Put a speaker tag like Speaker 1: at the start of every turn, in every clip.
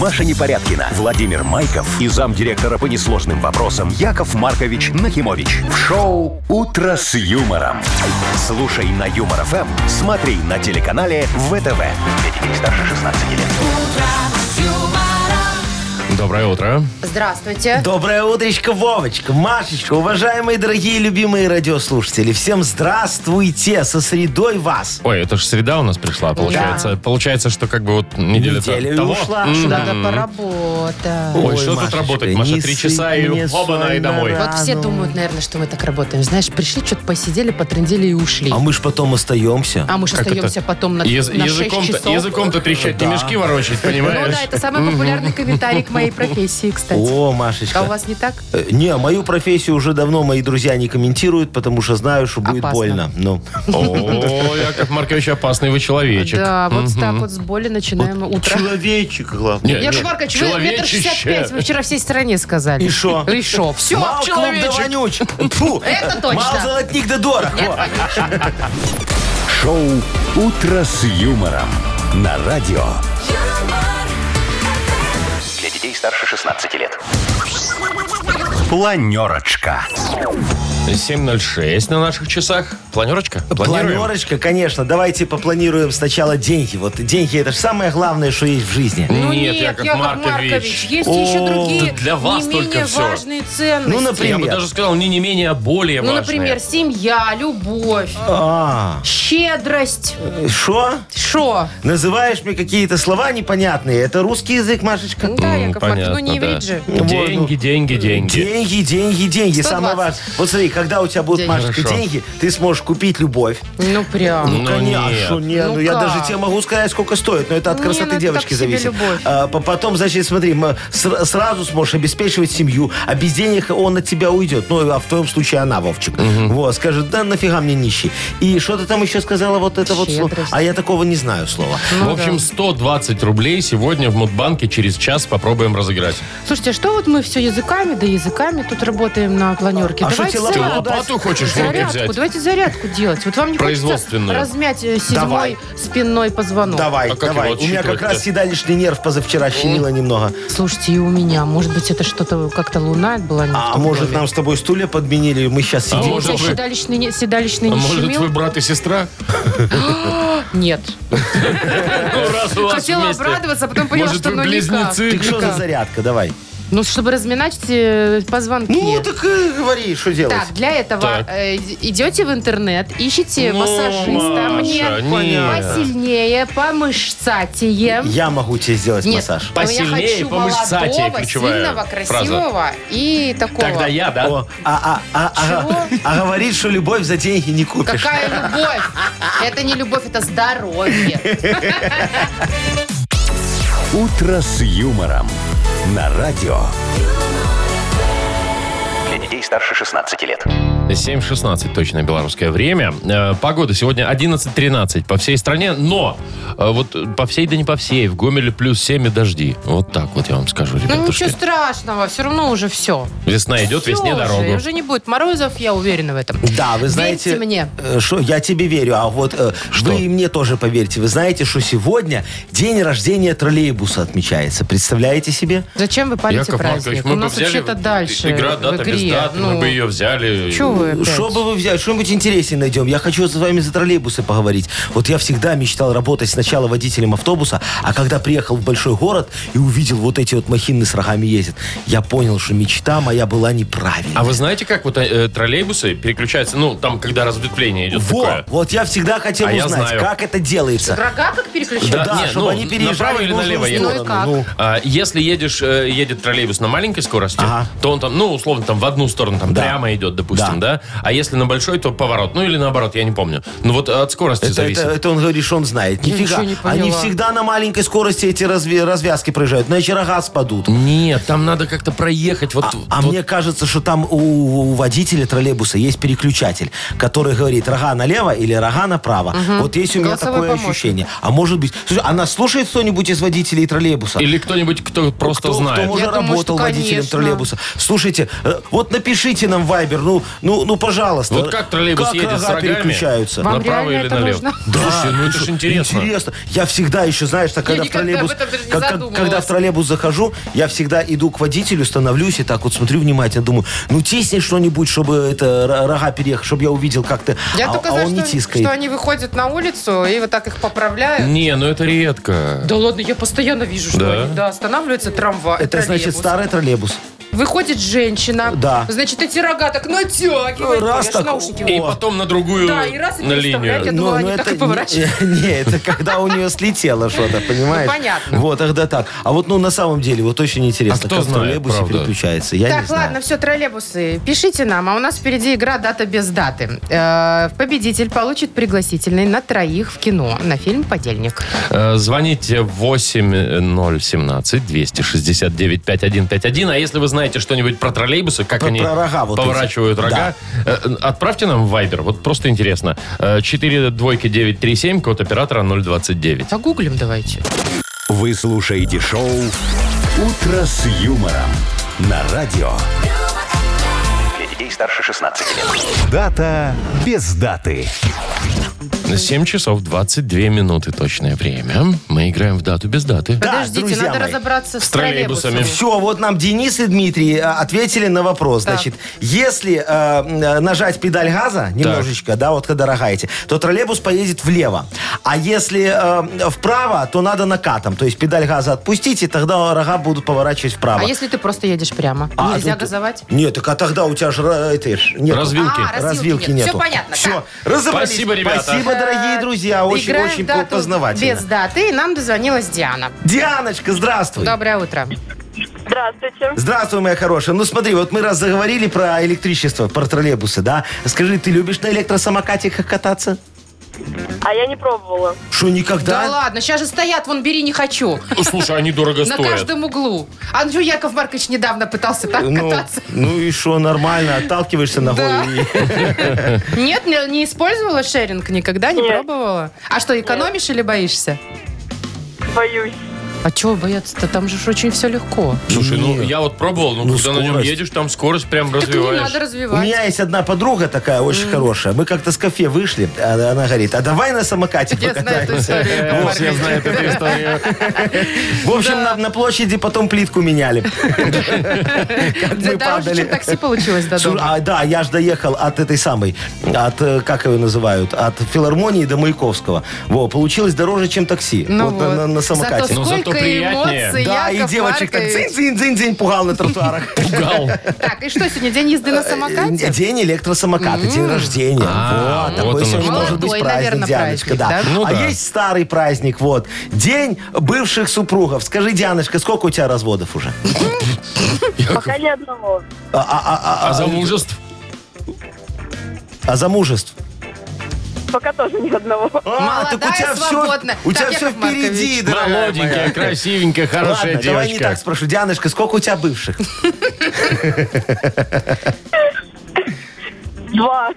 Speaker 1: Маша Непорядкина, Владимир Майков и замдиректора по несложным вопросам Яков Маркович Нахимович. В шоу «Утро с юмором». Слушай на Юмор ФМ, смотри на телеканале ВТВ. Для детей старше 16 лет.
Speaker 2: Доброе утро.
Speaker 3: Здравствуйте.
Speaker 4: Доброе утречко, Вовочка, Машечка, уважаемые, дорогие, любимые радиослушатели. Всем здравствуйте, со средой вас.
Speaker 2: Ой, это же среда у нас пришла, получается. Получается, что как бы вот неделя,
Speaker 4: Неделя и
Speaker 2: того.
Speaker 4: ушла.
Speaker 2: М,
Speaker 3: Надо поработать.
Speaker 2: Ой, что тут работать, Маша,
Speaker 4: не
Speaker 2: три часа
Speaker 4: ссы-
Speaker 2: и
Speaker 4: не
Speaker 2: оба-на
Speaker 4: ссой
Speaker 2: и домой.
Speaker 4: на
Speaker 3: Вот все
Speaker 4: рану.
Speaker 3: думают, наверное, что мы так работаем. Знаешь, пришли, что-то посидели, потрендили и ушли.
Speaker 4: А мы ж потом остаемся.
Speaker 3: А мы же
Speaker 2: как это?
Speaker 3: остаемся потом на,
Speaker 2: Яз-
Speaker 3: на 6
Speaker 2: языком-то,
Speaker 3: часов.
Speaker 2: языком-то трещать, не
Speaker 4: Да.
Speaker 2: мешки ворочать,
Speaker 3: Ну
Speaker 2: понимаешь?
Speaker 3: да, это самый популярный комментарий к моей профессии, кстати.
Speaker 4: О,
Speaker 3: А у
Speaker 4: Машечка.
Speaker 3: вас не так?
Speaker 4: Э, Не, мою профессию уже давно мои друзья не комментируют, потому что знаю, что будет
Speaker 3: Опасно.
Speaker 4: больно. Ну,
Speaker 2: О, Яков Маркович, опасный вы человечек.
Speaker 3: Да, вот так вот с боли начинаем утро.
Speaker 4: человечек, главное.
Speaker 2: Не,
Speaker 3: Я
Speaker 2: не,
Speaker 3: Маркович, вы метр шестьдесят
Speaker 2: человечище.
Speaker 3: пять, вы вчера всей стране сказали.
Speaker 4: И шо?
Speaker 3: И шо? Все,
Speaker 4: Мал клуб да
Speaker 3: человечек.
Speaker 4: вонюч. Фу.
Speaker 3: Это точно.
Speaker 4: Мал золотник да дорог. Во.
Speaker 1: Шоу «Утро с юмором» на радио. Для детей старше 16 лет. Планерочка.
Speaker 2: 7.06 на наших часах. Планерочка? Планируем?
Speaker 4: Планерочка, конечно. Давайте попланируем сначала деньги. Вот деньги это же самое главное, что есть в жизни.
Speaker 3: Ну
Speaker 2: Нет,
Speaker 3: нет,
Speaker 2: Яков
Speaker 3: Яков,
Speaker 2: Маркович.
Speaker 3: Маркович. есть еще
Speaker 4: О,
Speaker 3: другие
Speaker 2: тут для вас
Speaker 3: не
Speaker 2: только
Speaker 3: менее
Speaker 2: всё.
Speaker 3: важные ценности.
Speaker 4: Ну,
Speaker 2: Я бы
Speaker 4: например.
Speaker 2: даже сказал, не не менее, а более
Speaker 3: Ну,
Speaker 2: важные.
Speaker 3: например, семья, любовь,
Speaker 4: А,
Speaker 3: щедрость.
Speaker 4: что?
Speaker 3: Шо?
Speaker 4: Называешь мне какие-то слова непонятные. Это русский язык, Машечка?
Speaker 3: Да,
Speaker 2: М,
Speaker 3: Яков Маркович, ну не
Speaker 2: понятно,
Speaker 3: вред же.
Speaker 2: да. Деньги, деньги, деньги.
Speaker 4: Деньги, деньги, деньги.
Speaker 3: 120.
Speaker 4: Самое важное. Вот смотри, когда у тебя будут,
Speaker 3: Деньги.
Speaker 4: Машечка,
Speaker 2: Хорошо.
Speaker 4: деньги, ты сможешь купить любовь.
Speaker 3: Ну прям.
Speaker 2: Ну, нет.
Speaker 4: конечно, не,
Speaker 3: Ну
Speaker 4: ну, я
Speaker 3: как?
Speaker 4: даже тебе могу сказать, сколько стоит, но это от
Speaker 3: Не,
Speaker 4: красоты
Speaker 3: ну это
Speaker 4: девочки
Speaker 3: так себе
Speaker 4: зависит.
Speaker 3: любовь.
Speaker 4: А, по- потом, значит, смотри, м, сра- сразу сможешь обеспечивать семью, а без денег он от тебя уйдет. Ну, а в твоем случае она, Вовчик. Вот, скажет, да нафига мне нищий. И что ты там еще сказала, вот это вот слово.
Speaker 3: Щедрость.
Speaker 4: А я такого не знаю слова.
Speaker 3: Ну
Speaker 2: В общем, 120 рублей сегодня в Мудбанке через час попробуем разыграть.
Speaker 3: Слушайте, а что вот мы все языками, да языками тут работаем на планерке?
Speaker 4: А
Speaker 3: Давайте
Speaker 4: шо
Speaker 2: Ты
Speaker 4: тебе Да.
Speaker 3: зарядку.
Speaker 2: лопату хочешь в руки
Speaker 3: Зарядку,
Speaker 2: взять?
Speaker 3: давайте зарядку делать. Вот вам не хочется
Speaker 2: Производственную.
Speaker 3: размять э, седьмой
Speaker 4: Давай.
Speaker 3: спинной позвонок.
Speaker 4: Давай,
Speaker 2: А как
Speaker 4: давай.
Speaker 2: его
Speaker 4: У меня как
Speaker 2: отсчитывать-то?
Speaker 4: раз седалищный нерв позавчера щемило немного.
Speaker 3: Слушайте, и у меня. Может быть, это что-то как-то луна была не в
Speaker 4: А
Speaker 3: том
Speaker 4: может,
Speaker 3: доме.
Speaker 4: нам с тобой стулья подменили, и мы сейчас
Speaker 2: А
Speaker 4: сидим.
Speaker 3: У тебя
Speaker 2: может, вы-
Speaker 3: седалищный, не- седалищный
Speaker 2: А
Speaker 3: не
Speaker 2: может,
Speaker 3: щемил?
Speaker 2: вы брат и сестра?
Speaker 3: Нет.
Speaker 2: Ну, раз у вас
Speaker 3: Хотела
Speaker 2: вместе.
Speaker 3: обрадоваться, а потом поняла,
Speaker 2: Может,
Speaker 3: что
Speaker 2: вы
Speaker 3: ну никак.
Speaker 2: близнецы?
Speaker 4: Так что за зарядка? Давай.
Speaker 3: Ну, чтобы разминать э, позвонки.
Speaker 4: Ну, так и говори, что делать.
Speaker 3: Так, для этого
Speaker 2: Так.
Speaker 3: э, идете в интернет, ищите
Speaker 2: Ну,
Speaker 3: массажиста
Speaker 2: Маша,
Speaker 3: мне
Speaker 2: нет.
Speaker 3: посильнее, помышцатее.
Speaker 4: Я могу тебе сделать
Speaker 3: Нет,
Speaker 4: массаж.
Speaker 3: но я
Speaker 2: Посильнее,
Speaker 3: хочу
Speaker 2: помышцатее,
Speaker 3: молодого,
Speaker 2: ключевая
Speaker 3: сильного,
Speaker 2: фраза.
Speaker 3: красивого и такого.
Speaker 2: Тогда я, да?
Speaker 4: О, а, а, а, а,
Speaker 3: Чего?
Speaker 4: а говорит, что любовь за деньги не купишь.
Speaker 3: Какая любовь? Это не любовь, это здоровье.
Speaker 1: «Утро с юмором» на радио. Для детей старше 16 лет.
Speaker 2: 7.16 точно белорусское время. Э, Погода сегодня 11.13 по всей стране, но э, вот э, по всей, да не по всей, в Гомеле плюс 7 и дожди. Вот так вот я вам скажу,
Speaker 3: Ну
Speaker 2: ребятушки.
Speaker 3: ничего страшного, все равно уже все.
Speaker 2: Весна идет,
Speaker 3: Всё
Speaker 2: весне
Speaker 3: уже,
Speaker 2: дорогу.
Speaker 3: Уже не будет морозов, я уверена в этом.
Speaker 4: Да, вы знаете...
Speaker 3: Верьте мне.
Speaker 4: э, Шо, я тебе верю, а вот э,
Speaker 2: Что?
Speaker 4: вы и мне тоже поверьте. Вы знаете, что сегодня день рождения троллейбуса отмечается. Представляете себе?
Speaker 3: Зачем вы парите
Speaker 2: Яков Маркович,
Speaker 3: праздник? У
Speaker 2: мы бы
Speaker 3: нас
Speaker 2: взяли
Speaker 3: вообще-то дальше
Speaker 2: игра
Speaker 3: в
Speaker 2: дата без
Speaker 3: игре.
Speaker 2: даты, мы
Speaker 3: Ну,
Speaker 2: бы ее взяли.
Speaker 3: чё вы опять?
Speaker 4: Что бы вы взяли? Что-нибудь интереснее найдем. Я хочу с вами за троллейбусы поговорить. Вот я всегда мечтал работать сначала водителем автобуса, а когда приехал в большой город и увидел вот эти вот махины с рогами ездят, я понял, что мечта моя была неправильной.
Speaker 2: А вы знаете, как вот э, троллейбусы переключаются, ну, там, когда разветвление идет
Speaker 4: Во,
Speaker 2: такое?
Speaker 4: вот я всегда хотел
Speaker 2: А я
Speaker 4: узнать,
Speaker 2: знаю.
Speaker 4: как это делается.
Speaker 3: Рога как переключать?
Speaker 2: Да,
Speaker 4: Да,
Speaker 2: не,
Speaker 4: чтобы
Speaker 2: ну,
Speaker 4: они переезжали
Speaker 2: направо или
Speaker 4: в нужную
Speaker 2: налево едут.
Speaker 4: сторону.
Speaker 3: Ну и как?
Speaker 2: А, Если едешь, э, едет троллейбус на маленькой скорости,
Speaker 4: Ага.
Speaker 2: то он там, ну, условно, там в одну сторону, там
Speaker 4: Да.
Speaker 2: прямо идет, допустим, да. А если на большой, то поворот. Ну, или наоборот, я не помню. Ну, вот от скорости
Speaker 4: Это,
Speaker 2: зависит.
Speaker 4: это- э, это он говорит, что он знает. Нифига.
Speaker 3: ничего не поняла.
Speaker 4: Они всегда на маленькой скорости эти разве- развязки проезжают, иначе рога
Speaker 2: Ну,
Speaker 4: спадут.
Speaker 2: Нет, там надо как-то проехать. Вот,
Speaker 4: А, а
Speaker 2: вот.
Speaker 4: мне кажется, что там у, у водителя троллейбуса есть переключатель, который говорит рога налево или рога направо. Вот есть у меня
Speaker 3: Голосовой
Speaker 4: такое
Speaker 3: помощник.
Speaker 4: ощущение. А может быть, слушай, а нас слушает кто-нибудь из водителей троллейбуса?
Speaker 2: Или кто-нибудь, кто просто
Speaker 4: кто,
Speaker 2: знает.
Speaker 4: Кто уже
Speaker 3: Я думаю,
Speaker 4: работал
Speaker 3: что,
Speaker 4: водителем
Speaker 3: конечно.
Speaker 4: троллейбуса. Слушайте, э, вот напишите нам Вайбер, ну, ну Ну, ну пожалуйста.
Speaker 2: Вот как троллейбус
Speaker 4: Как
Speaker 2: едет с
Speaker 4: рога
Speaker 2: рогами?
Speaker 4: переключаются?
Speaker 3: Вам
Speaker 2: Направо
Speaker 3: реально
Speaker 2: или
Speaker 3: это
Speaker 2: налево?
Speaker 3: нужно?
Speaker 2: Слушай, ну это же интересно.
Speaker 4: Интересно. Я всегда еще, знаешь, так, когда в
Speaker 3: никогда
Speaker 4: троллейбус,
Speaker 3: об этом даже не
Speaker 4: как- как-
Speaker 3: задумывалась.
Speaker 4: когда в троллейбус захожу, я всегда иду к водителю, становлюсь и так вот смотрю внимательно, думаю, ну тисни что-нибудь, чтобы это ро- рога переехали, чтобы я увидел, как ты.
Speaker 3: Я
Speaker 4: а,
Speaker 3: только
Speaker 4: а
Speaker 3: знаю,
Speaker 4: он не
Speaker 3: что, они-
Speaker 4: тискает.
Speaker 3: что они выходят на улицу и вот так их поправляют.
Speaker 2: Не, ну это редко.
Speaker 3: Да ладно, я постоянно вижу, что
Speaker 2: Да?
Speaker 3: они, да, останавливается трамвай.
Speaker 4: Это значит
Speaker 3: троллейбус.
Speaker 4: старый троллейбус.
Speaker 3: Выходит женщина.
Speaker 4: Да.
Speaker 3: Значит, эти рога так натягивает.
Speaker 4: Раз
Speaker 3: Я ж
Speaker 4: так,
Speaker 3: наушники
Speaker 2: И
Speaker 3: вырвала.
Speaker 2: потом на другую,
Speaker 3: Да, и раз и
Speaker 2: на
Speaker 3: переставлять
Speaker 2: линию.
Speaker 3: это. думала, они так и поворачивают.
Speaker 4: не, не, это когда у нее слетело что-то, понимаешь?
Speaker 3: Ну, понятно.
Speaker 4: Вот, тогда так. А вот, ну, на самом деле, вот очень
Speaker 2: А
Speaker 4: интересно,
Speaker 2: кто
Speaker 4: как в
Speaker 2: знает,
Speaker 4: троллейбусе
Speaker 2: правда?
Speaker 4: переключается. Я
Speaker 3: так,
Speaker 4: не знаю.
Speaker 3: ладно, все, троллейбусы, пишите нам, а у нас впереди игра «Дата без даты». Э, победитель получит пригласительный на троих в кино на фильм «Подельник».
Speaker 2: Э, Звоните 8017-269-5151. А если вы знаете что-нибудь про троллейбусы, как
Speaker 4: Про-
Speaker 2: они
Speaker 4: про рога вот
Speaker 2: поворачивают
Speaker 4: эти.
Speaker 2: рога, э, отправьте нам в Viber. Вот просто интересно. 4 двойки 937, код оператора 029.
Speaker 3: Погуглим давайте.
Speaker 1: Вы слушаете шоу «Утро с юмором» на радио. Для детей старше 16 лет. Дата без даты.
Speaker 2: 7 часов 22 минуты точное время. Мы играем в дату без даты.
Speaker 4: Да,
Speaker 3: Подождите,
Speaker 4: друзья
Speaker 3: надо
Speaker 4: мои,
Speaker 3: разобраться с
Speaker 2: с троллейбусами.
Speaker 3: троллейбусами.
Speaker 4: Все, вот нам Денис и Дмитрий а, ответили на вопрос.
Speaker 3: Так.
Speaker 4: Значит, если э, м, э, нажать педаль газа немножечко, да, вот когда рогаете, то троллейбус поедет влево. А если э, вправо, то надо накатом. То есть педаль газа отпустить, и тогда рога будут поворачивать вправо.
Speaker 3: А если ты просто едешь прямо?
Speaker 4: А,
Speaker 3: Нельзя
Speaker 4: тут-
Speaker 3: газовать?
Speaker 4: Нет, так а тогда у тебя же ра- этой ж нету.
Speaker 2: Развилки.
Speaker 3: А,
Speaker 4: Развилки
Speaker 3: нет.
Speaker 4: нету.
Speaker 3: Все понятно.
Speaker 4: Все,
Speaker 3: так.
Speaker 4: разобрались.
Speaker 2: Спасибо, ребята.
Speaker 4: Спасибо, дорогие друзья.
Speaker 3: Э, Играем
Speaker 4: Очень-очень
Speaker 3: в дату
Speaker 4: познавательно.
Speaker 3: Без даты. И нам дозвонилась Диана.
Speaker 4: Дианочка, здравствуй.
Speaker 3: Доброе утро.
Speaker 5: Здравствуйте.
Speaker 4: Здравствуй, моя хорошая. Ну смотри, вот мы раз заговорили про электричество, про троллейбусы, да? Скажи, ты любишь на электросамокатиках кататься?
Speaker 5: А я не пробовала.
Speaker 4: Что, никогда?
Speaker 3: Да ладно, сейчас же стоят, вон бери, не хочу.
Speaker 2: Ну, Слушай, они дорого
Speaker 3: На
Speaker 2: стоят.
Speaker 3: каждом углу. Андрю Яков Маркович недавно пытался так
Speaker 4: ну,
Speaker 3: кататься.
Speaker 4: ну и что, нормально, отталкиваешься ногой.
Speaker 3: Да.
Speaker 4: и-
Speaker 3: Нет, не, не использовала шеринг никогда, не
Speaker 5: Нет.
Speaker 3: пробовала. А что, экономишь или боишься?
Speaker 5: Боюсь.
Speaker 3: А чего бояться-то? Там же ж очень все легко.
Speaker 2: Слушай, ну
Speaker 4: Нет.
Speaker 2: я вот пробовал, ну,
Speaker 4: Ну,
Speaker 2: когда на нем
Speaker 4: скорость.
Speaker 2: едешь, там скорость прям
Speaker 3: Так не
Speaker 2: развиваешь.
Speaker 3: надо
Speaker 4: У
Speaker 3: развивать.
Speaker 4: меня есть одна подруга такая, очень хорошая. Мы как-то с кафе вышли, а она говорит, а давай на самокате
Speaker 3: Я знаю эту
Speaker 4: покатаемся.
Speaker 3: историю. Яков
Speaker 4: Вот,
Speaker 3: Маркович.
Speaker 4: я знаю эту
Speaker 2: историю.
Speaker 4: В общем, на, на площади потом плитку меняли. Как
Speaker 3: Да
Speaker 4: мы
Speaker 3: Дороже,
Speaker 4: падали.
Speaker 3: чем такси получилось до
Speaker 4: Слушай,
Speaker 3: дома.
Speaker 4: а, да, я же доехал от этой самой, от, э, как ее называют, от филармонии до Маяковского. Во, получилось дороже, чем такси.
Speaker 3: Ну
Speaker 4: а Вот на- на, на самокате.
Speaker 2: Ну,
Speaker 3: Зато
Speaker 4: Ну,
Speaker 2: зато
Speaker 3: сколько
Speaker 2: приятнее.
Speaker 3: эмоций,
Speaker 4: да, и
Speaker 3: Яков
Speaker 4: девочек так
Speaker 3: Маркович.
Speaker 4: дзинь-дзинь-дзинь-дзинь пугал на тротуарах.
Speaker 2: Пугал.
Speaker 3: Так, и что сегодня, день езды на
Speaker 4: Э,
Speaker 3: самокате?
Speaker 4: День электросамоката, день рождения.
Speaker 2: А,
Speaker 4: Вот,
Speaker 2: вот
Speaker 4: такой
Speaker 2: оно
Speaker 4: сегодня
Speaker 2: что.
Speaker 4: должен быть
Speaker 3: Молодой,
Speaker 4: праздник,
Speaker 3: наверное,
Speaker 4: Дианочка,
Speaker 3: праздник,
Speaker 4: да.
Speaker 3: да?
Speaker 2: Ну
Speaker 4: А
Speaker 2: да.
Speaker 4: есть старый праздник, вот. День бывших супругов. Скажи, Дианочка, сколько у тебя разводов уже?
Speaker 5: Пока ни одного.
Speaker 4: А- а-
Speaker 2: А
Speaker 4: а- а-
Speaker 2: замужеств?
Speaker 4: А замужеств?
Speaker 5: Пока тоже ни одного.
Speaker 4: А, так у
Speaker 3: Молодая,
Speaker 4: тебя
Speaker 3: свободная.
Speaker 4: все, у тебя
Speaker 3: Так,
Speaker 4: все
Speaker 3: Яков Маркович.
Speaker 4: впереди, дорогая моя.
Speaker 2: Молоденькая, красивенькая, хорошая
Speaker 4: Ладно, давай не
Speaker 2: девочка.
Speaker 4: так спрошу. Дианочка, сколько у тебя бывших?
Speaker 5: Два.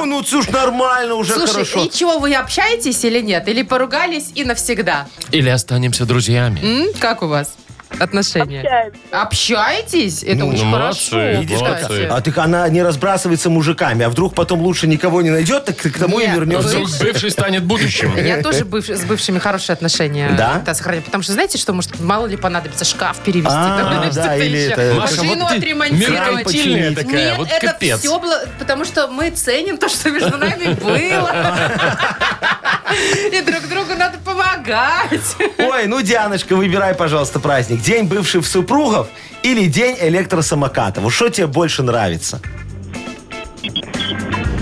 Speaker 4: О, ну, слушай, нормально уже,
Speaker 3: Слушай,
Speaker 4: хорошо.
Speaker 3: и чего, вы общаетесь или нет? Или поругались и навсегда?
Speaker 2: Или останемся друзьями.
Speaker 3: М, Как у вас отношения?
Speaker 5: Общаемся.
Speaker 3: Общаетесь? Это
Speaker 4: Ну,
Speaker 3: очень
Speaker 2: ну,
Speaker 3: хорошо.
Speaker 2: молодцы,
Speaker 3: кстати.
Speaker 2: молодцы.
Speaker 4: А так она не разбрасывается мужиками, а вдруг потом лучше никого не найдет, так к тому
Speaker 3: Нет, ну,
Speaker 4: и вернется.
Speaker 2: Ну, Вдруг бывший станет будущим.
Speaker 3: Я тоже бывш- с бывшими хорошие отношения
Speaker 4: Да?
Speaker 3: э, сохраняю. Потому что, знаете, что может мало ли понадобится шкаф перевести.
Speaker 4: А,
Speaker 3: там, или
Speaker 4: да,
Speaker 3: что-то
Speaker 4: или
Speaker 3: еще.
Speaker 4: это-
Speaker 2: Маша,
Speaker 3: Машину
Speaker 2: вот ты
Speaker 3: отремонтировать.
Speaker 2: меркантильная
Speaker 4: Нет,
Speaker 2: такая,
Speaker 3: Нет,
Speaker 2: вот
Speaker 3: это
Speaker 2: капец.
Speaker 3: все было, потому что мы ценим то, что между нами было. И друг другу надо помогать.
Speaker 4: Ой, ну, Дианочка, выбирай, пожалуйста, праздник. День бывших супругов или день электросамоката. Вот что тебе больше нравится?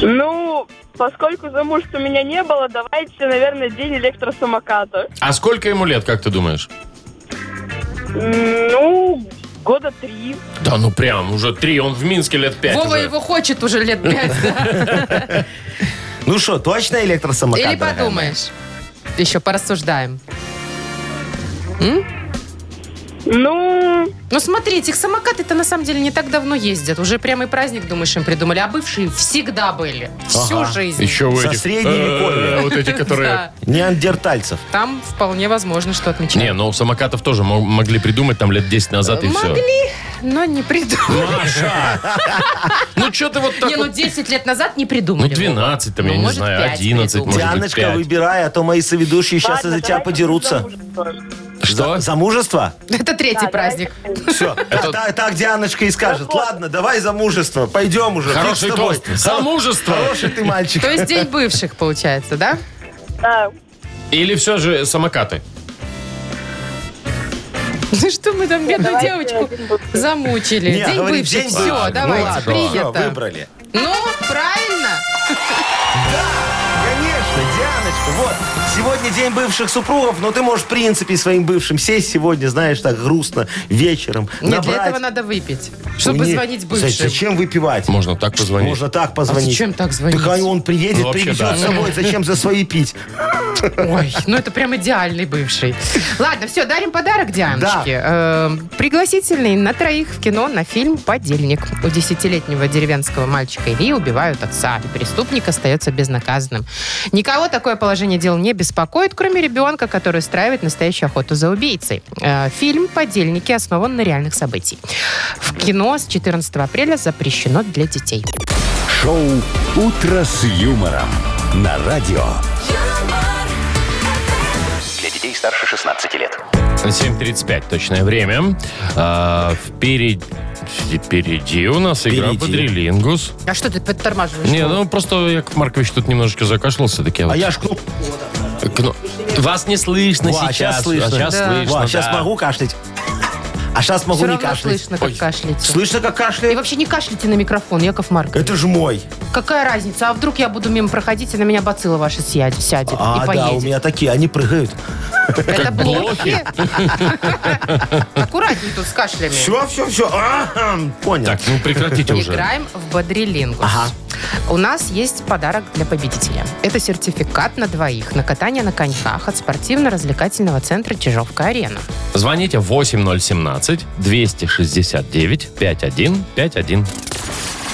Speaker 5: Ну, поскольку замужества у меня не было, давайте, наверное, день электросамоката.
Speaker 2: А сколько ему лет, как ты думаешь?
Speaker 5: М, Ну, года три.
Speaker 2: Да ну прям, уже три, он в Минске лет пять
Speaker 3: Вова
Speaker 2: уже.
Speaker 3: его хочет уже лет пять. да.
Speaker 4: Ну что, точно электросамокат?
Speaker 3: Или
Speaker 4: дорогая моя?
Speaker 3: подумаешь. Еще порассуждаем.
Speaker 5: Ну,
Speaker 3: Ну, смотрите, их самокаты-то на самом деле не так давно ездят. Уже прямой праздник, думаешь, им придумали. А бывшие всегда были. Всю
Speaker 4: Ага.
Speaker 3: жизнь.
Speaker 2: Еще у
Speaker 4: Со
Speaker 2: этих...
Speaker 4: средневековья.
Speaker 2: э, Вот эти, которые...
Speaker 3: Да.
Speaker 4: Неандертальцев.
Speaker 3: Там вполне возможно, что
Speaker 2: Не,
Speaker 3: отмечают.
Speaker 2: ну самокатов тоже мо- могли придумать там лет 10 назад и все.
Speaker 3: Могли, но не придумали.
Speaker 2: Маша! Ну что ты вот так
Speaker 3: Не, ну
Speaker 2: вот...
Speaker 3: 10 лет назад не
Speaker 2: Ну
Speaker 3: придумали. Вова.
Speaker 2: 12 там, я
Speaker 3: Ну,
Speaker 2: не
Speaker 3: может,
Speaker 2: знаю,
Speaker 3: пять
Speaker 2: 11,
Speaker 3: придумали.
Speaker 2: может быть
Speaker 4: Дианочка,
Speaker 2: 5.
Speaker 4: выбирай, а то мои соведущие сейчас
Speaker 5: ладно,
Speaker 4: из-за тебя
Speaker 5: давайте
Speaker 4: подерутся.
Speaker 5: замужество.
Speaker 3: ну,
Speaker 2: Что?
Speaker 4: За- Замужество?
Speaker 3: Это третий
Speaker 5: Да,
Speaker 3: праздник.
Speaker 5: давайте.
Speaker 4: Все,
Speaker 2: Это-
Speaker 4: так, так Дианочка и скажет. Ладно, давай замужество, пойдем уже.
Speaker 2: Хороший
Speaker 4: фиг с тобой.
Speaker 2: тост. Замужество.
Speaker 4: Хороший ты мальчик.
Speaker 3: То есть день бывших, получается, да?
Speaker 5: Да.
Speaker 2: Или все же самокаты?
Speaker 3: Ну Что мы там бедную
Speaker 5: Давайте
Speaker 3: девочку
Speaker 5: один бывший.
Speaker 3: замучили?
Speaker 4: Не,
Speaker 3: День
Speaker 4: говорит,
Speaker 3: бывших.
Speaker 4: день
Speaker 3: Все,
Speaker 4: бывших. Ну
Speaker 3: давайте,
Speaker 4: ладно, всё,
Speaker 3: принято.
Speaker 4: выбрали.
Speaker 3: Ну, правильно.
Speaker 4: Конечно, Дианочка, вот. Сегодня день бывших супругов, но ты можешь, в принципе, своим бывшим сесть сегодня, знаешь, так грустно, вечером.
Speaker 3: Нет, для
Speaker 4: набрать.
Speaker 3: этого надо выпить, чтобы
Speaker 4: Не-
Speaker 3: звонить
Speaker 4: За-
Speaker 3: бывшим.
Speaker 4: Зачем выпивать?
Speaker 2: Можно так позвонить.
Speaker 4: Можно так
Speaker 3: А
Speaker 4: позвонить.
Speaker 3: зачем так звонить?
Speaker 4: Так а он приедет,
Speaker 2: Ну, вообще,
Speaker 4: привезет
Speaker 2: да.
Speaker 4: с собой. Зачем за свои пить? А
Speaker 3: Ой, ну это прям идеальный бывший. Ладно, все, дарим подарок Дианочке. Эм, Пригласительный на троих в кино на фильм «Подельник». У десятилетнего деревенского мальчика Ильи убивают отца, и преступник остается безнаказанным. Никого такое положение дел не беспокоит, кроме ребенка, который устраивает настоящую охоту за убийцей. Э, Фильм «Подельники» основан на реальных событиях. В кино с 14 апреля запрещено для детей.
Speaker 1: Шоу «Утро с юмором» на радио.
Speaker 6: юмор,
Speaker 7: Для детей старше 16 лет.
Speaker 2: 7.35 точное время. А, впереди, впереди у нас игра
Speaker 4: Впереди.
Speaker 2: «Бодрилингус».
Speaker 3: А что ты подтормаживаешь?
Speaker 2: Не, ну просто Яков Маркович тут немножечко закашлялся. Так я
Speaker 4: А
Speaker 2: вот-
Speaker 4: я ж кнопку.
Speaker 2: Кно- Вас не слышно
Speaker 4: Во,
Speaker 2: сейчас.
Speaker 4: щас Ну, слышно.
Speaker 2: А сейчас
Speaker 3: Да.
Speaker 2: слышно,
Speaker 4: сейчас
Speaker 2: да.
Speaker 4: могу кашлять. А сейчас могу
Speaker 3: Все
Speaker 4: не
Speaker 3: равно
Speaker 4: кашлять.
Speaker 3: слышно, как
Speaker 2: Ой.
Speaker 3: кашляете.
Speaker 4: Слышно, как
Speaker 3: И
Speaker 4: кашляет?
Speaker 3: вообще не кашляйте на микрофон, Яков Маркович.
Speaker 4: Это же мой.
Speaker 3: Какая разница? А вдруг я буду мимо проходить, и на меня бацилла ваша сядет, сядет
Speaker 4: А,
Speaker 3: и
Speaker 4: да, у
Speaker 3: поедет?
Speaker 4: меня такие, они прыгают.
Speaker 3: Это
Speaker 2: блохи.
Speaker 3: блохи? Аккуратней тут с кашлями.
Speaker 4: Все, все, все. хм, Понял.
Speaker 2: Так, ну прекратите уже.
Speaker 3: Играем в бодрилингус.
Speaker 4: Ага.
Speaker 3: У нас есть подарок для победителя. Это сертификат на двоих на катание на коньках от спортивно-развлекательного центра «Чижовка-арена».
Speaker 2: Звоните 8017-269-5151.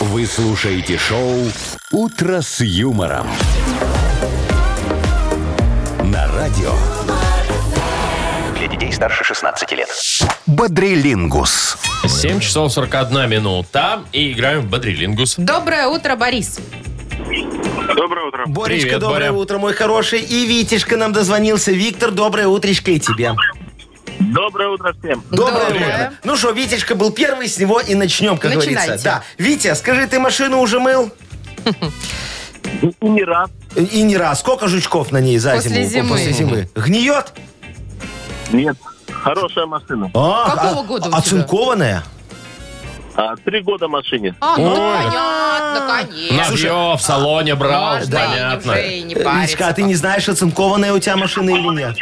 Speaker 1: Вы слушаете шоу «Утро с юмором». На радио
Speaker 7: Для детей старше 16 лет.
Speaker 1: «Бодрилингус».
Speaker 2: 7 часов 41 минута. И играем в «Бодрилингус».
Speaker 3: Доброе утро, Борис.
Speaker 8: Доброе утро.
Speaker 4: Боречка,
Speaker 2: Привет,
Speaker 4: доброе
Speaker 2: Боря.
Speaker 4: утро, мой хороший. И Витишка нам дозвонился. Виктор, доброе утречко и тебе.
Speaker 8: Доброе утро всем.
Speaker 4: Доброе,
Speaker 3: Доброе.
Speaker 4: утро. Ну что, Витечка был первый, с него и начнем, как
Speaker 3: Начинайте.
Speaker 4: говорится. Да. Витя, скажи, ты машину уже мыл?
Speaker 8: Ну, И не раз.
Speaker 4: И не раз. Сколько жучков на ней за
Speaker 3: После
Speaker 4: зиму?
Speaker 3: зимы.
Speaker 4: После зимы. Гниет?
Speaker 8: Нет. Хорошая машина.
Speaker 4: А,
Speaker 3: Какого
Speaker 4: а-
Speaker 3: года у тебя?
Speaker 4: Оцинкованная?
Speaker 8: А, три года машине.
Speaker 3: А, ну
Speaker 2: Ой.
Speaker 3: понятно, конечно.
Speaker 2: Набьё, в салоне брал,
Speaker 3: Можно и
Speaker 2: понятно.
Speaker 3: уже и не
Speaker 4: Витька, а
Speaker 3: париться.
Speaker 4: ты не знаешь, оцинкованная у тебя машина или нет?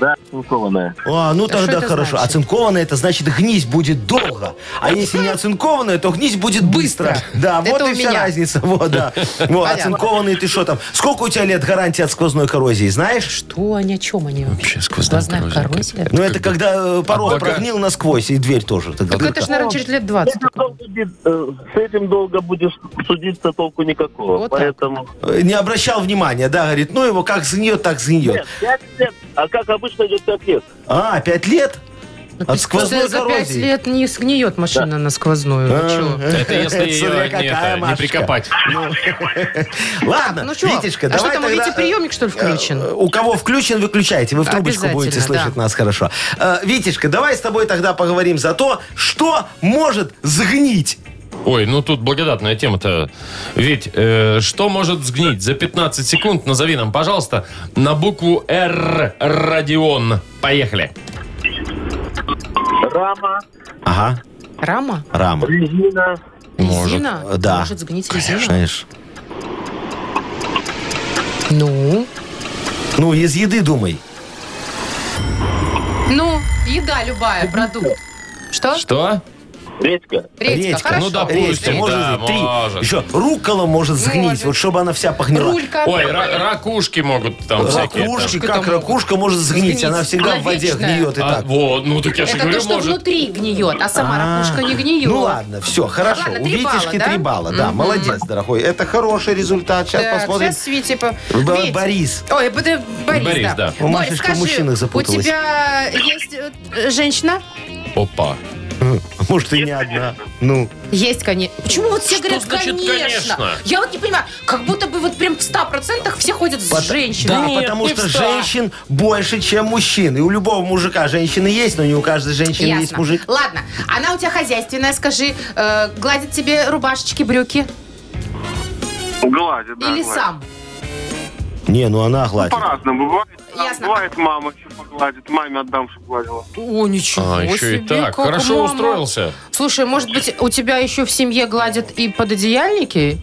Speaker 8: Да, оцинкованная.
Speaker 4: А, ну
Speaker 3: Да что
Speaker 4: тогда
Speaker 3: это
Speaker 4: хорошо.
Speaker 3: значит?
Speaker 4: Оцинкованная, это значит гнить будет долго. А если не оцинкованная, то гнить будет быстро.
Speaker 3: Быстро.
Speaker 4: Да,
Speaker 3: Это
Speaker 4: вот
Speaker 3: у
Speaker 4: и вся
Speaker 3: меня.
Speaker 4: разница. Вот, да. Вот, оцинкованные ты что там? Сколько у тебя лет гарантии от сквозной коррозии, знаешь?
Speaker 3: Что они, о чем они вообще?
Speaker 2: Вообще сквозная коррозия.
Speaker 3: коррозия?
Speaker 4: Ну, это когда э, порог
Speaker 2: бага-
Speaker 4: прогнил насквозь, и дверь тоже. так
Speaker 3: Так
Speaker 4: дырка.
Speaker 3: это ж, наверное, через лет 20.
Speaker 8: Этим долго бед- э, С этим долго будешь судиться, толку никакого.
Speaker 3: Вот так.
Speaker 8: Поэтому...
Speaker 4: Э, Не обращал внимания, да, говорит, ну его как сгниет, так сгниет.
Speaker 8: Нет, пять лет. А как обычно идет пять лет?
Speaker 4: А, пять лет?
Speaker 3: Ты
Speaker 4: От сквозной
Speaker 3: Ну, за пять
Speaker 4: коррозии.
Speaker 3: лет не сгниет машина на сквозную. Вы чё?
Speaker 4: Э,
Speaker 2: Это если
Speaker 4: Смотри,
Speaker 2: ее не,
Speaker 4: какая
Speaker 2: это, не
Speaker 4: Машечка.
Speaker 2: прикопать.
Speaker 4: Ладно,
Speaker 3: Ну что,
Speaker 4: Витечка,
Speaker 3: а
Speaker 4: давай
Speaker 3: что там, у
Speaker 4: тогда,
Speaker 3: Вити
Speaker 4: э,
Speaker 3: приемник, что ли, включен?
Speaker 4: Э, У кого включен, выключайте. Вы в трубочку
Speaker 3: Обязательно,
Speaker 4: будете слышать
Speaker 3: да.
Speaker 4: нас хорошо. Э, Витечка, давай с тобой тогда поговорим за то, что может сгнить.
Speaker 2: Ой, ну тут благодатная тема-то. Ведь э, что может сгнить? За 15 секунд назови нам, пожалуйста, на букву «Р» Родион. Поехали.
Speaker 8: Рама,
Speaker 4: Ага,
Speaker 3: Рама?
Speaker 4: рама.
Speaker 8: резина,
Speaker 2: Может.
Speaker 3: Резина?
Speaker 4: Э, да.
Speaker 3: Может сгнить резина?
Speaker 4: Знаешь.
Speaker 3: Ну?
Speaker 4: Ну, из еды думай.
Speaker 3: Ну, еда любая, продукт. Что?
Speaker 2: Что?
Speaker 8: Редька.
Speaker 3: Редька, хорошо.
Speaker 2: ну, допустим,
Speaker 4: Редька, может,
Speaker 2: да,
Speaker 4: быть, три.
Speaker 2: может.
Speaker 4: Еще руккола может сгнить,
Speaker 3: Может.
Speaker 4: вот чтобы она вся погнила.
Speaker 3: Рулька.
Speaker 2: Ой, ра- ракушки могут там всякие.
Speaker 3: там.
Speaker 4: Ракушки, как
Speaker 3: Ракушка-то
Speaker 4: ракушка может сгнить,
Speaker 3: сгнить.
Speaker 4: она всегда
Speaker 3: Она
Speaker 4: в воде
Speaker 3: вечная.
Speaker 4: гниет и
Speaker 2: А,
Speaker 4: так.
Speaker 2: вот, ну так я же
Speaker 3: Это
Speaker 2: говорю,
Speaker 3: то, что
Speaker 2: может.
Speaker 3: внутри гниет, а сама ракушка не гниет.
Speaker 4: Ну ладно, все, хорошо.
Speaker 3: Ладно,
Speaker 4: У
Speaker 3: три балла,
Speaker 4: Витечки
Speaker 3: да?
Speaker 4: три балла, да. Молодец, дорогой. Это хороший результат. Сейчас
Speaker 3: Так,
Speaker 4: посмотрим.
Speaker 3: сейчас Вите по...
Speaker 4: Б-
Speaker 3: Вить.
Speaker 4: Борис.
Speaker 3: Ой, Б- Борис,
Speaker 2: Борис,
Speaker 3: да.
Speaker 2: да.
Speaker 4: У
Speaker 3: Борис,
Speaker 4: Машечка в
Speaker 3: скажи,
Speaker 4: мужчинах
Speaker 3: у
Speaker 4: запуталась.
Speaker 3: тебя есть э, женщина?
Speaker 2: Опа.
Speaker 4: Может, и не одна. Ну,
Speaker 3: Есть, конечно. Почему вот все
Speaker 2: Что
Speaker 3: говорят,
Speaker 2: значит
Speaker 3: конечно?
Speaker 2: «конечно»?
Speaker 3: Я вот не понимаю, как будто бы вот прям в 100% все ходят с
Speaker 4: да,
Speaker 3: женщинами.
Speaker 4: потому
Speaker 2: не
Speaker 4: что
Speaker 2: вста.
Speaker 4: женщин больше, чем мужчин. И у любого мужика женщины есть, но не у каждой женщины
Speaker 3: Ясно.
Speaker 4: есть мужик.
Speaker 3: Ладно, она у тебя хозяйственная, скажи, э, гладит тебе рубашечки, брюки?
Speaker 8: Гладит, да.
Speaker 3: Или
Speaker 8: гладит.
Speaker 3: сам?
Speaker 4: Не, ну она гладит.
Speaker 8: По-разному бывает.
Speaker 3: Ясно.
Speaker 8: Бывает, мама еще погладит. Маме отдам, чтобы гладила.
Speaker 3: О, ничего
Speaker 2: А, еще и
Speaker 3: себе,
Speaker 2: так.
Speaker 3: как
Speaker 2: Хорошо
Speaker 3: мама.
Speaker 2: устроился.
Speaker 3: Слушай, может быть, у тебя еще в семье гладят и пододеяльники,